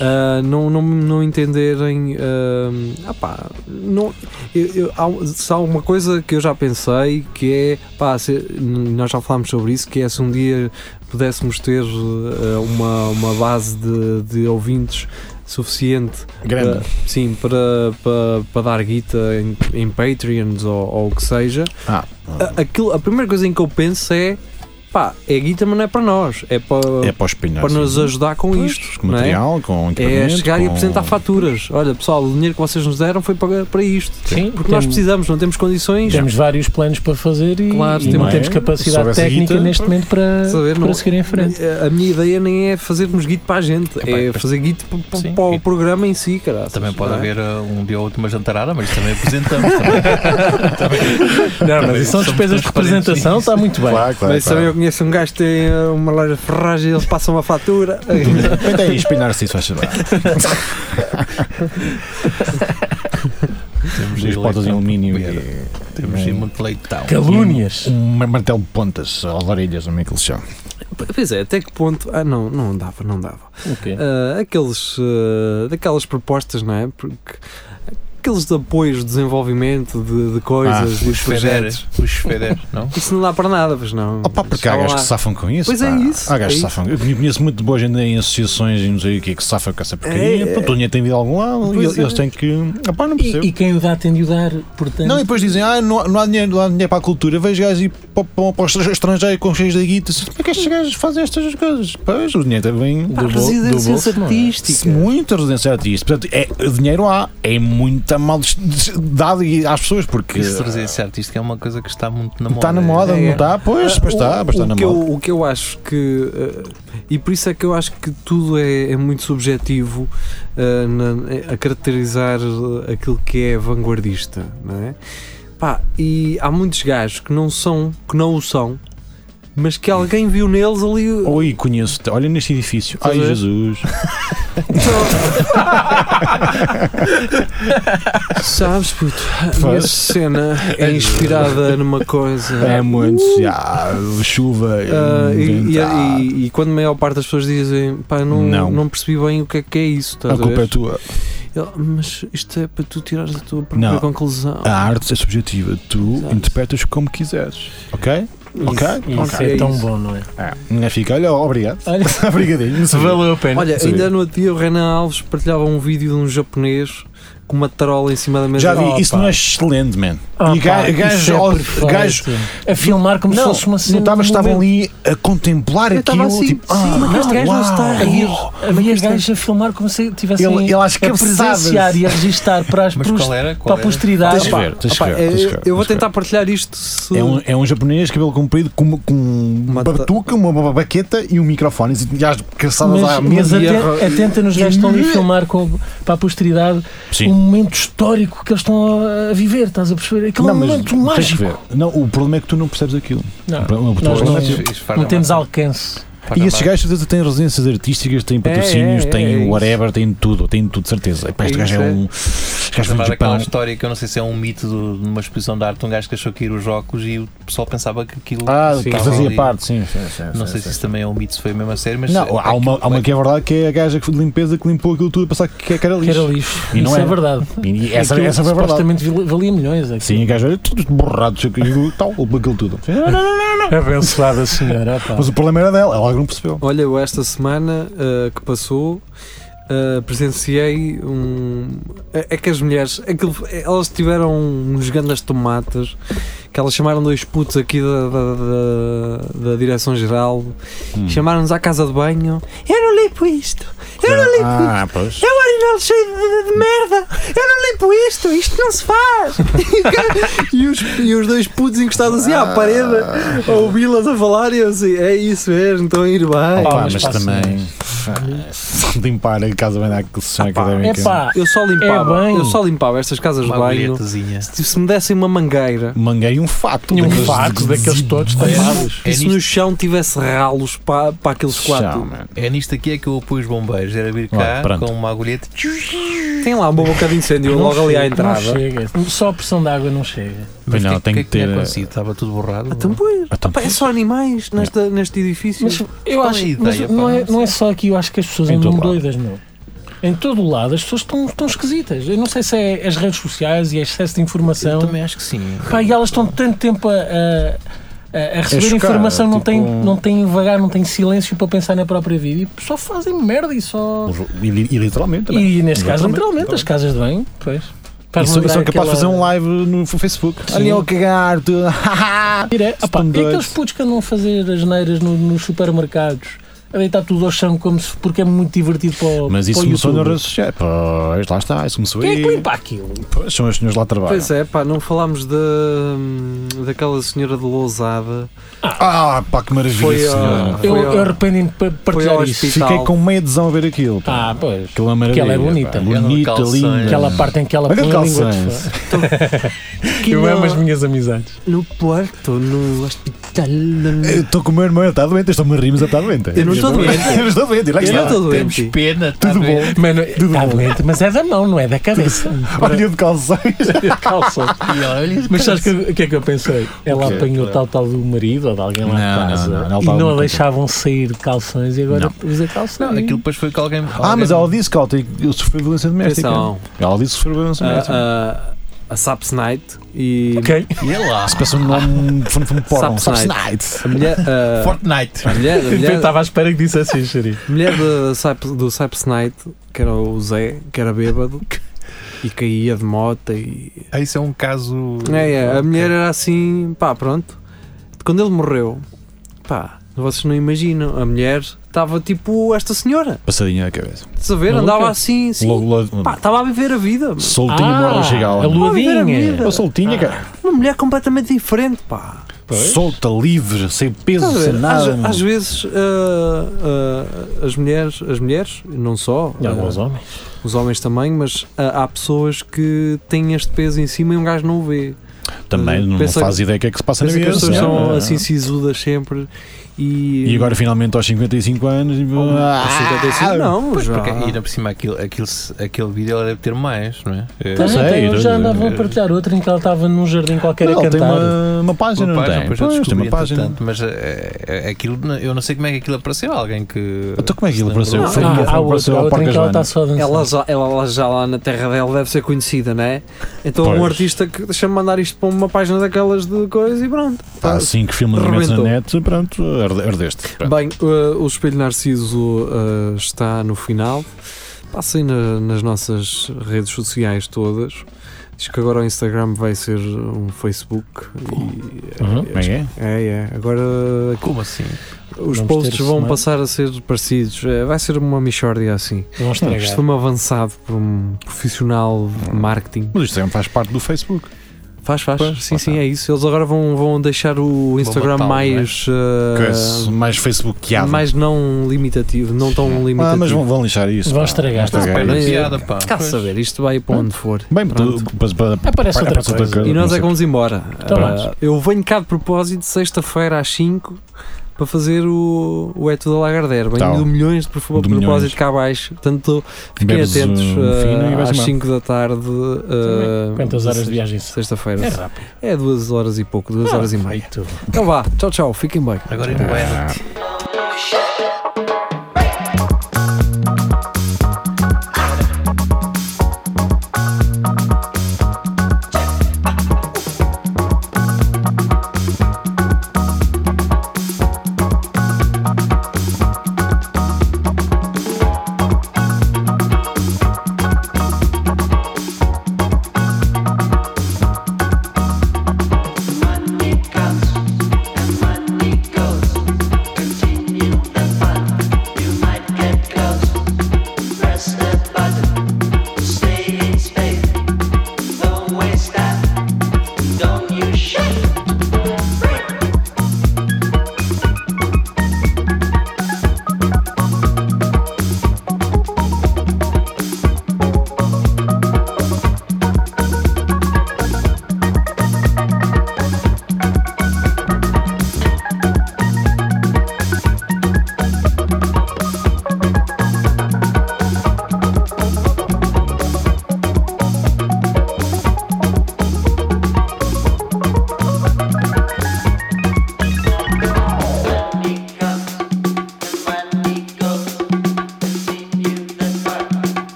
Speaker 2: Ah, não, não, não entenderem. hum, opá, não, eu, eu, há, um- se há uma coisa que eu já pensei que é. Pá, se- nós já falámos sobre isso, que é se um dia pudéssemos ter eh, uma, uma base de, de ouvintes suficiente
Speaker 4: Grande.
Speaker 2: para- sim, para, para, para dar guita em, em Patreons ou, ou o que seja,
Speaker 4: Ah,
Speaker 2: a, aquilo- a primeira coisa em que eu penso é pá, é guita, mas não é para nós, é para,
Speaker 4: é para os pinhos.
Speaker 2: para nos ajudar com isto.
Speaker 4: Com
Speaker 2: não é?
Speaker 4: material, com
Speaker 2: É
Speaker 4: equipamento.
Speaker 2: chegar e
Speaker 4: com-
Speaker 2: apresentar faturas. Olha, pessoal, o dinheiro que vocês nos deram foi para, para isto.
Speaker 5: Sim,
Speaker 2: Porque nós precisamos, não temos condições.
Speaker 5: Temos vários planos para fazer e,
Speaker 2: Claro,
Speaker 5: e
Speaker 2: temos-
Speaker 5: não temos
Speaker 4: Se
Speaker 5: capacidade
Speaker 4: soubesse a
Speaker 5: técnica
Speaker 4: guita,
Speaker 5: neste momento para,
Speaker 2: Saber,
Speaker 5: para
Speaker 2: não-
Speaker 5: seguir em frente.
Speaker 2: A minha ideia nem é fazermos guito para a gente, é fazer guito p- p-
Speaker 3: Sim.
Speaker 2: para o programa em si, cara. é?
Speaker 3: Também pode haver eh, um dia ou outro uma jantarada, mas também apresentamos. também. Também-
Speaker 5: Não, mas
Speaker 3: Também
Speaker 5: isso são
Speaker 3: somos
Speaker 5: despesas de
Speaker 3: transparentes
Speaker 5: representação, está muito bem.
Speaker 4: Claro, claro.
Speaker 2: Mas também eu conheço um gajo que tem eh, uma loja de ferragem e eles passam uma fatura.
Speaker 4: Aproveita aí, espinar-se isso, faz favor.
Speaker 3: Temos
Speaker 4: As
Speaker 3: aí
Speaker 4: portas de
Speaker 3: leitão.
Speaker 4: alumínio
Speaker 3: Era.
Speaker 4: um e é
Speaker 3: Temos aí muito leitão.
Speaker 5: Calúnias.
Speaker 4: um martelo de pontas às orelhas, não é que eles chamam.
Speaker 2: pois é, até que ponto. Ah, não, não dava, não dava. Ah, aqueles. ah, daquelas propostas, não é? Porque. Aqueles apoios de desenvolvimento de, de coisas,
Speaker 4: Ah,
Speaker 2: de
Speaker 3: Os
Speaker 2: projetos.
Speaker 3: federes. Os federes, não?
Speaker 2: Isso não dá para nada, pois não.
Speaker 4: Opa, porque há
Speaker 2: Estão
Speaker 4: gajos
Speaker 2: lá.
Speaker 4: que safam com isso.
Speaker 2: Pois é
Speaker 4: pá.
Speaker 2: isso,
Speaker 4: Há gajos
Speaker 2: é
Speaker 4: que safam. Eu conheço muito de boa gente em associações e não sei o que que safa com essa porcaria.
Speaker 2: É.
Speaker 4: Pronto, o dinheiro tem vindo de algum lado e
Speaker 2: Pois
Speaker 4: eles
Speaker 2: é.
Speaker 4: têm que. Opá, não percebo.
Speaker 5: E, e quem o dá tem de o dar, portanto.
Speaker 4: Não, e depois dizem, ah, não, não há dinheiro, não há dinheiro para a cultura. Vejo gajos e para, para, para o estrangeiro- estrangeiro com cheios de guita. Assim, Como é que estes gajos fazem estas coisas? Pois, o dinheiro também.
Speaker 5: do bol- do
Speaker 2: Residências
Speaker 5: bolso, não é?
Speaker 2: artísticas.
Speaker 4: Muita residência artista. Portanto, é, dinheiro há. É muito mal des- des- dado e- às pessoas porque.
Speaker 3: Isso de residência artística é uma coisa que está muito na moda.
Speaker 4: Está na moda,
Speaker 2: É, é.
Speaker 4: não está? Pois, pois está,
Speaker 2: o,
Speaker 4: pois está
Speaker 2: o
Speaker 4: na
Speaker 2: que
Speaker 4: moda.
Speaker 2: Eu, o que eu acho que. eh, e por isso é que eu acho que tudo é, é muito subjetivo eh, na- eh, a caracterizar eh, aquilo que é vanguardista, não é? Pá, e há muitos gajos que não são, que não o são, mas que alguém viu neles ali.
Speaker 4: Oi, conheço-te. Olha neste edifício.
Speaker 2: Estás
Speaker 4: Ai,
Speaker 2: a ver? Ah.
Speaker 4: Jesus.
Speaker 2: Sabes, puto, a minha
Speaker 4: Faz.
Speaker 2: cena é inspirada numa coisa.
Speaker 4: É muito. já, chuva.
Speaker 2: Ah, e, e-
Speaker 4: vento,
Speaker 2: e- e quando a maior parte das pessoas dizem pá, não,
Speaker 4: Não.
Speaker 2: não. percebi bem o que é que é isso,
Speaker 4: ah,
Speaker 2: estás
Speaker 4: a
Speaker 2: a ver?
Speaker 4: culpa é tua.
Speaker 2: Ele, mas isto é para tu tirares a tua própria
Speaker 4: Não.
Speaker 2: conclusão.
Speaker 4: A arte é subjetiva, tu
Speaker 2: Exato.
Speaker 4: interpretas como quiseres. Ok? Ok?
Speaker 5: Isso
Speaker 4: ok.
Speaker 5: é tão bom, não é?
Speaker 4: Não fica, olha, obrigado.
Speaker 5: Olha,
Speaker 4: Obrigadinho. não sabia.
Speaker 5: valeu a pena.
Speaker 2: Olha,
Speaker 4: Sim.
Speaker 2: ainda no outro dia o Renan Alves partilhava um vídeo de um japonês com uma tarola em cima da mesa.
Speaker 4: Já vi,
Speaker 5: Oh,
Speaker 4: isso
Speaker 5: pá.
Speaker 4: não é excelente, man.
Speaker 5: Ah,
Speaker 4: e
Speaker 5: pá,
Speaker 4: ga-
Speaker 5: isso
Speaker 4: gajo- ó,
Speaker 5: perfeito.
Speaker 4: gajo-
Speaker 5: a filmar como se
Speaker 4: Não,
Speaker 5: fosse uma cena.
Speaker 4: não tava-
Speaker 5: do
Speaker 4: estavam
Speaker 5: momento.
Speaker 4: ali a contemplar
Speaker 2: Eu
Speaker 4: aquilo.
Speaker 2: estava assim,
Speaker 4: tipo,
Speaker 2: sim,
Speaker 4: ah,
Speaker 2: mas este gajo não se está a
Speaker 4: uau.
Speaker 2: rir.
Speaker 5: Havia gajo a filmar como se estivessem
Speaker 4: Ele- ele às
Speaker 5: a presenciar
Speaker 4: cabeçadas.
Speaker 5: e a registar para, as
Speaker 3: Mas
Speaker 5: pros-
Speaker 3: qual era? Qual
Speaker 5: para a
Speaker 3: era?
Speaker 5: posteridade.
Speaker 4: Tens de
Speaker 5: Pá,
Speaker 4: ver, tens de
Speaker 2: Opa,
Speaker 4: ver,
Speaker 2: é-
Speaker 4: tens de ver,
Speaker 2: eu vou
Speaker 4: tens de ver.
Speaker 2: tentar partilhar isto. Se...
Speaker 4: É um, é um japonês, cabelo comprido, com, com uma
Speaker 2: Uma ta-
Speaker 4: batuca, uma baqueta e um microfone. E as caçadas à
Speaker 5: Mas, mas
Speaker 4: mesa. e
Speaker 5: aten-
Speaker 4: a-
Speaker 5: atenta nos gajos que estão ali a filmar com- para a posteridade um
Speaker 4: Sim.
Speaker 5: momento histórico que eles estão a- a viver, estás a perceber? Aquele é um
Speaker 4: mas
Speaker 5: momento
Speaker 4: tens de
Speaker 5: mágico.
Speaker 4: ver. Não, o problema é que tu não percebes aquilo.
Speaker 5: Não,
Speaker 4: O problema- o
Speaker 5: nós
Speaker 4: problema é
Speaker 5: não-
Speaker 4: que-
Speaker 3: Isso- isso faz
Speaker 5: não
Speaker 3: uma-
Speaker 5: temos alcance.
Speaker 3: faz
Speaker 4: E
Speaker 3: uma-
Speaker 4: esses gajos de certeza, têm residências artísticas, têm patrocínios,
Speaker 2: é, é
Speaker 4: têm
Speaker 2: isso.
Speaker 4: whatever, têm tudo, têm tudo, de certeza. Epá, este
Speaker 2: É
Speaker 4: gajo é
Speaker 2: isso, é.
Speaker 4: um. Este gajo
Speaker 3: Lembrar
Speaker 4: veio do
Speaker 3: daquela
Speaker 4: Japão.
Speaker 3: história que eu não sei se é um mito do- de uma exposição de arte, um gajo que achou que ir os óculos e o pessoal pensava que aquilo
Speaker 4: Ah,
Speaker 3: Sim,
Speaker 4: que
Speaker 3: estava
Speaker 4: fazia
Speaker 3: ali.
Speaker 4: parte, sim. sim, sim,
Speaker 3: Não
Speaker 4: sim,
Speaker 3: sei
Speaker 4: sim.
Speaker 3: se isso também é um mito, se foi mesmo a sério, mas
Speaker 4: Não, há uma, há uma que é verdade que é a gaja que foi de limpeza que limpou aquilo tudo a pensar que, que era
Speaker 5: Que
Speaker 4: lixo.
Speaker 5: era lixo.
Speaker 4: E não
Speaker 5: Isso é
Speaker 4: era.
Speaker 5: verdade.
Speaker 4: E e essa,
Speaker 5: Aquilo
Speaker 4: essa foi a verdade.
Speaker 5: supostamente val- valia milhões. é aquilo.
Speaker 4: Sim, a gaja olha, tudo borrado, sei o quê, e tal, aquilo tudo. Sim, não, não, não.
Speaker 5: Abençoada senhora. pá.
Speaker 4: Mas o problema era dela, ela não percebeu.
Speaker 2: Olha, eu esta semana ah, que passou ah, presenciei um. É, é que as mulheres, aquilo- elas tiveram uns grandes tomates que elas chamaram dois putos aqui da, da, da, da direção-geral, chamaram-nos à casa de banho. Eu não limpo isto! Eu não limpo isto!
Speaker 4: Ah, pois.
Speaker 2: É um urinal cheio de, de- de merda! Eu não limpo isto! Isto não se faz! e, os, e os dois putos encostados assim à parede a ouvi-las a falar e eu assim, é isso mesmo, estão a ir bem.
Speaker 5: Opa,
Speaker 4: Pá, mas,
Speaker 5: mas passa
Speaker 4: também. Ah, Limpar a casa bem na sessão académica.
Speaker 5: É pá,
Speaker 2: Eu só limpava,
Speaker 5: É bem.
Speaker 2: eu só limpava estas casas de
Speaker 3: uma
Speaker 2: banho.
Speaker 3: bilhetezinha. É
Speaker 2: Se se me dessem uma mangueira
Speaker 4: Manguei um fato.
Speaker 5: tinha um
Speaker 4: daqueles
Speaker 5: fato
Speaker 4: de-
Speaker 5: daqueles
Speaker 4: de-
Speaker 5: todos tapados.
Speaker 3: É
Speaker 2: e se
Speaker 3: nisto-
Speaker 2: no chão tivesse ralos para, para aqueles
Speaker 4: Chão,
Speaker 2: quatro.
Speaker 4: man.
Speaker 3: É nisto aqui é que eu apoio os bombeiros, era vir
Speaker 4: Olha,
Speaker 3: cá
Speaker 4: pronto.
Speaker 3: com uma agulheta. tipo,
Speaker 2: Tem lá uma boca de incêndio
Speaker 5: Não
Speaker 2: logo ali à
Speaker 5: chega, não
Speaker 2: entrada.
Speaker 5: chega. Só a pressão de água não chega.
Speaker 3: Mas
Speaker 4: Pois não,
Speaker 3: o que,
Speaker 4: tem
Speaker 3: o que é
Speaker 4: que
Speaker 3: que tinha
Speaker 4: ter, eh,
Speaker 3: acontecido? Estava tudo borrado?
Speaker 2: Então, pois,
Speaker 4: Ah, então,
Speaker 2: pá, é só animais nesta, neste edifício.
Speaker 5: Mas eu
Speaker 3: Qual é a
Speaker 5: acho,
Speaker 3: ideia,
Speaker 5: mas
Speaker 3: pá?
Speaker 5: não, é,
Speaker 3: Não sei.
Speaker 5: não é só aqui, eu acho que as pessoas
Speaker 4: Em
Speaker 5: andam
Speaker 4: todo lado.
Speaker 5: doidas, meu. Em todo o lado as pessoas estão, estão esquisitas. Eu não sei se é as redes sociais e excesso de
Speaker 3: Eu
Speaker 5: informação.
Speaker 3: também acho que sim.
Speaker 5: Pá, e elas estão tanto tempo a, a- a- a receber
Speaker 4: chocar,
Speaker 5: informação, não,
Speaker 4: tipo
Speaker 5: têm,
Speaker 4: um-
Speaker 5: não têm vagar, não têm silêncio para pensar na própria vida e só fazem merda e só.
Speaker 4: E, e literalmente. né? também.
Speaker 5: E neste caso,
Speaker 4: Exatamente.
Speaker 5: literalmente, as casas de banho, pois.
Speaker 4: E
Speaker 5: Faz-me
Speaker 4: sou,
Speaker 5: lembrar
Speaker 4: sou capaz de fazer
Speaker 5: aquela-
Speaker 4: um live no Facebook.
Speaker 5: Sim.
Speaker 4: Olha eu cagar, tu.
Speaker 5: Dire... Ah, pá,
Speaker 4: Estão
Speaker 5: e aqueles
Speaker 4: doidos.
Speaker 5: putos que andam a fazer as neiras no- nos supermercados a deitar tudo ao chão como se, porque é muito divertido para o
Speaker 4: Mas isso
Speaker 5: para o
Speaker 4: começou nas
Speaker 5: YouTube.
Speaker 4: redes sociais. Pois, lá está, isso começou
Speaker 5: Quem é que
Speaker 4: aí.
Speaker 5: limpa aquilo?
Speaker 4: Pois, são os senhores lá que trabalham.
Speaker 2: Pois é, pá, não falámos da, daquela senhora de Lousada.
Speaker 4: Ah, pá, que maravilha,
Speaker 2: Foi,
Speaker 4: senhora.
Speaker 2: ah,
Speaker 5: Eu,
Speaker 2: Foi ao-
Speaker 5: eu arrependo-me de pa- partilhar
Speaker 2: ao
Speaker 5: isso.
Speaker 2: hospital.
Speaker 4: Fiquei com meio adesão a ver aquilo. pá.
Speaker 5: Ah, pois.
Speaker 4: Aquilo é maravilha.
Speaker 5: Aquela é bonita.
Speaker 4: pá. Bonita,
Speaker 3: Aquela
Speaker 4: linda.
Speaker 3: calçanha.
Speaker 5: Aquela parte em que ela
Speaker 4: Olha
Speaker 5: põe a língua de
Speaker 4: calções.
Speaker 5: fora.
Speaker 2: Que na-
Speaker 5: minhas amizades.
Speaker 2: No Porto, no hospital.
Speaker 4: Eu Estou com o meu irmão, ele está doente, estou-me a rir, mas ele está doente.
Speaker 2: Eu não estou doente.
Speaker 4: Eu não estou doente, lá
Speaker 2: Eu não
Speaker 4: está.
Speaker 2: estou
Speaker 3: Temos
Speaker 2: doente.
Speaker 3: pena, tá
Speaker 4: Tudo bom.
Speaker 5: Mano, está doente, mas é da mão, não é da cabeça.
Speaker 4: Olha de calções.
Speaker 5: Calça. Mas sabes que- o que, é que eu pensei? Ela
Speaker 4: O quê?
Speaker 5: apanhou tal tal do marido ou de alguém lá
Speaker 4: Não,
Speaker 5: de casa
Speaker 4: não, não, ela
Speaker 5: e
Speaker 4: estava
Speaker 5: não a
Speaker 4: muito
Speaker 5: deixavam sair de calções e agora usa calções.
Speaker 3: Não, aquilo depois foi que alguém.
Speaker 4: Ah, mas ela
Speaker 3: alguém-
Speaker 4: disse que ela tem- eu sofri violência doméstica.
Speaker 2: Atenção.
Speaker 4: Ela disse que sofreu violência doméstica.
Speaker 2: A, Ah, a, a Saps Night e
Speaker 5: Ok.
Speaker 3: E é lá.
Speaker 4: Se peça um nome foi um filme porno.
Speaker 2: Sapsnight.
Speaker 4: Sapsnight.
Speaker 2: a mulher. A,
Speaker 3: Fortnite.
Speaker 2: a mulher, a
Speaker 5: Eu
Speaker 2: mulher,
Speaker 5: estava Tipo, à espera que dissesse isso, Xeri.
Speaker 2: a mulher do, Sap- do Saps Night, que era o Zé, que era bêbado e caía de moto e.
Speaker 3: Ah, isso é um caso.
Speaker 2: É, é, a
Speaker 3: Ok.
Speaker 2: mulher era assim, pá, pronto. Quando ele morreu, pá, vocês não imaginam, a mulher estava tipo esta senhora,
Speaker 4: Passadinha na cabeça.
Speaker 2: estás a ver?
Speaker 5: Maluca.
Speaker 2: Andava assim, assim,
Speaker 4: Logo,
Speaker 2: pá,
Speaker 4: logo.
Speaker 2: estava a viver a vida.
Speaker 4: Soltinho,
Speaker 5: Ah,
Speaker 4: bora chegar
Speaker 5: a
Speaker 4: lá.
Speaker 5: Tá lua-
Speaker 2: Estava a viver a
Speaker 5: Tadinha.
Speaker 2: vida.
Speaker 4: Eu soltinha, cara.
Speaker 2: Uma mulher completamente diferente, pá.
Speaker 4: Solta, livre, sem peso,
Speaker 2: Estás a
Speaker 4: sem
Speaker 2: ver?
Speaker 4: nada.
Speaker 2: Tá Às,
Speaker 4: mano.
Speaker 2: às vezes ah, ah, as mulheres, as mulheres, não só,
Speaker 5: E
Speaker 2: ah,
Speaker 5: alguns homens.
Speaker 2: os homens também, mas ah, há pessoas que têm este peso em cima e um gajo não o vê.
Speaker 4: Também não
Speaker 2: Pensa-
Speaker 4: faz ideia o que é que se passa na
Speaker 2: Pensa que
Speaker 4: vida.
Speaker 2: as pessoas
Speaker 4: não é?
Speaker 2: são assim sisudas sempre E,
Speaker 4: E agora finalmente aos 55 anos. e-
Speaker 2: Ah, 55,
Speaker 4: Ah,
Speaker 2: não,
Speaker 3: Pois,
Speaker 2: já.
Speaker 3: porque ainda por cima aquilo, aquilo, aquele vídeo ela deve ter mais, não é? É,
Speaker 4: Não
Speaker 5: Tem,
Speaker 4: sei,
Speaker 5: tem, eu
Speaker 4: não
Speaker 5: Então, já
Speaker 4: sei.
Speaker 5: andavam a partilhar outro em que ela estava num jardim qualquer
Speaker 4: Não,
Speaker 5: a
Speaker 4: ele tem
Speaker 5: cantar.
Speaker 4: uma, uma página,
Speaker 3: uma página,
Speaker 4: não tem?
Speaker 3: depois eu
Speaker 4: Pois, tem
Speaker 3: descobri,
Speaker 4: uma página.
Speaker 3: entretanto, Mas é, é, aquilo, não- eu não sei como é que aquilo apareceu. Alguém que.
Speaker 4: Então como é que ele apareceu?
Speaker 2: Não,
Speaker 4: Foi
Speaker 2: há-
Speaker 4: uma
Speaker 5: Ah, há outra,
Speaker 4: apareceu
Speaker 5: há
Speaker 4: ao
Speaker 5: outra em
Speaker 4: Parque
Speaker 5: que ela está
Speaker 4: Joana.
Speaker 5: só a dançar.
Speaker 2: Ela já, ela já lá na terra dela deve ser conhecida, não é? Então um
Speaker 4: Pois.
Speaker 2: artista que deixa-me mandar isto para uma página daquelas de coisa e pronto.
Speaker 4: Há 5 filmes imensos na
Speaker 2: Rebentou.
Speaker 4: net, pronto, herde- herdeste. Pronto.
Speaker 2: Bem, uh, o Espelho Narciso uh, está no final. Passem na- nas nossas redes sociais todas. Diz que agora o Instagram vai ser um Facebook. E,
Speaker 4: Uhum, como é que é?
Speaker 2: é, é. Agora
Speaker 3: Como assim?
Speaker 2: os
Speaker 5: Vamos
Speaker 2: posts
Speaker 5: ter
Speaker 2: vão
Speaker 5: semana.
Speaker 2: passar a ser parecidos. É, vai ser uma mixórdia assim.
Speaker 4: Uhum.
Speaker 5: Vão
Speaker 2: Isto
Speaker 4: é
Speaker 5: estragar.
Speaker 2: foi-me avançado por um profissional
Speaker 4: Hum.
Speaker 2: de marketing.
Speaker 4: Mas o Instagram faz parte do Facebook.
Speaker 2: Faz, faz.
Speaker 4: Pois,
Speaker 2: sim,
Speaker 4: lá
Speaker 2: sim,
Speaker 4: está.
Speaker 2: é isso. Eles agora vão, vão deixar o Instagram
Speaker 3: matá-lo,
Speaker 2: mais. eh,
Speaker 4: é? Que é esse mais Facebookeado.
Speaker 2: mais não limitativo. Não tão limitativo.
Speaker 4: ah, mas vão, vão lixar isso.
Speaker 5: Vão
Speaker 4: pá.
Speaker 5: estragar.
Speaker 4: Vão
Speaker 3: Não, pera,
Speaker 2: Mas-
Speaker 4: isso.
Speaker 3: piada, pá.
Speaker 2: Cá saber, isto vai para onde for.
Speaker 4: Bem,
Speaker 2: Pronto.
Speaker 4: tu- mas- mas-
Speaker 5: Aparece outra
Speaker 4: aparece
Speaker 5: coisa.
Speaker 2: E nós é que
Speaker 4: não sei.
Speaker 2: vamos embora.
Speaker 5: Então
Speaker 2: Ah,
Speaker 5: vamos.
Speaker 2: eu venho cá de propósito, sexta-feira às 5 para fazer o, o É Tudo a Lagardère. Venho
Speaker 4: Tá.
Speaker 2: de milhões de profu-
Speaker 4: De
Speaker 2: propósito
Speaker 4: milhões.
Speaker 2: cá abaixo. Portanto, fiquem
Speaker 4: Bebes
Speaker 2: atentos
Speaker 4: um
Speaker 2: ah,
Speaker 4: fino e vais
Speaker 2: às
Speaker 4: embora.
Speaker 2: 5 da tarde. ah,
Speaker 5: Quantas horas de viagem Ah, são?
Speaker 2: Sexta-feira.
Speaker 5: É rápido.
Speaker 2: É duas horas e pouco, duas horas e meia.
Speaker 5: Tudo.
Speaker 2: Então vá, tchau, tchau, fiquem bem.
Speaker 3: Agora é um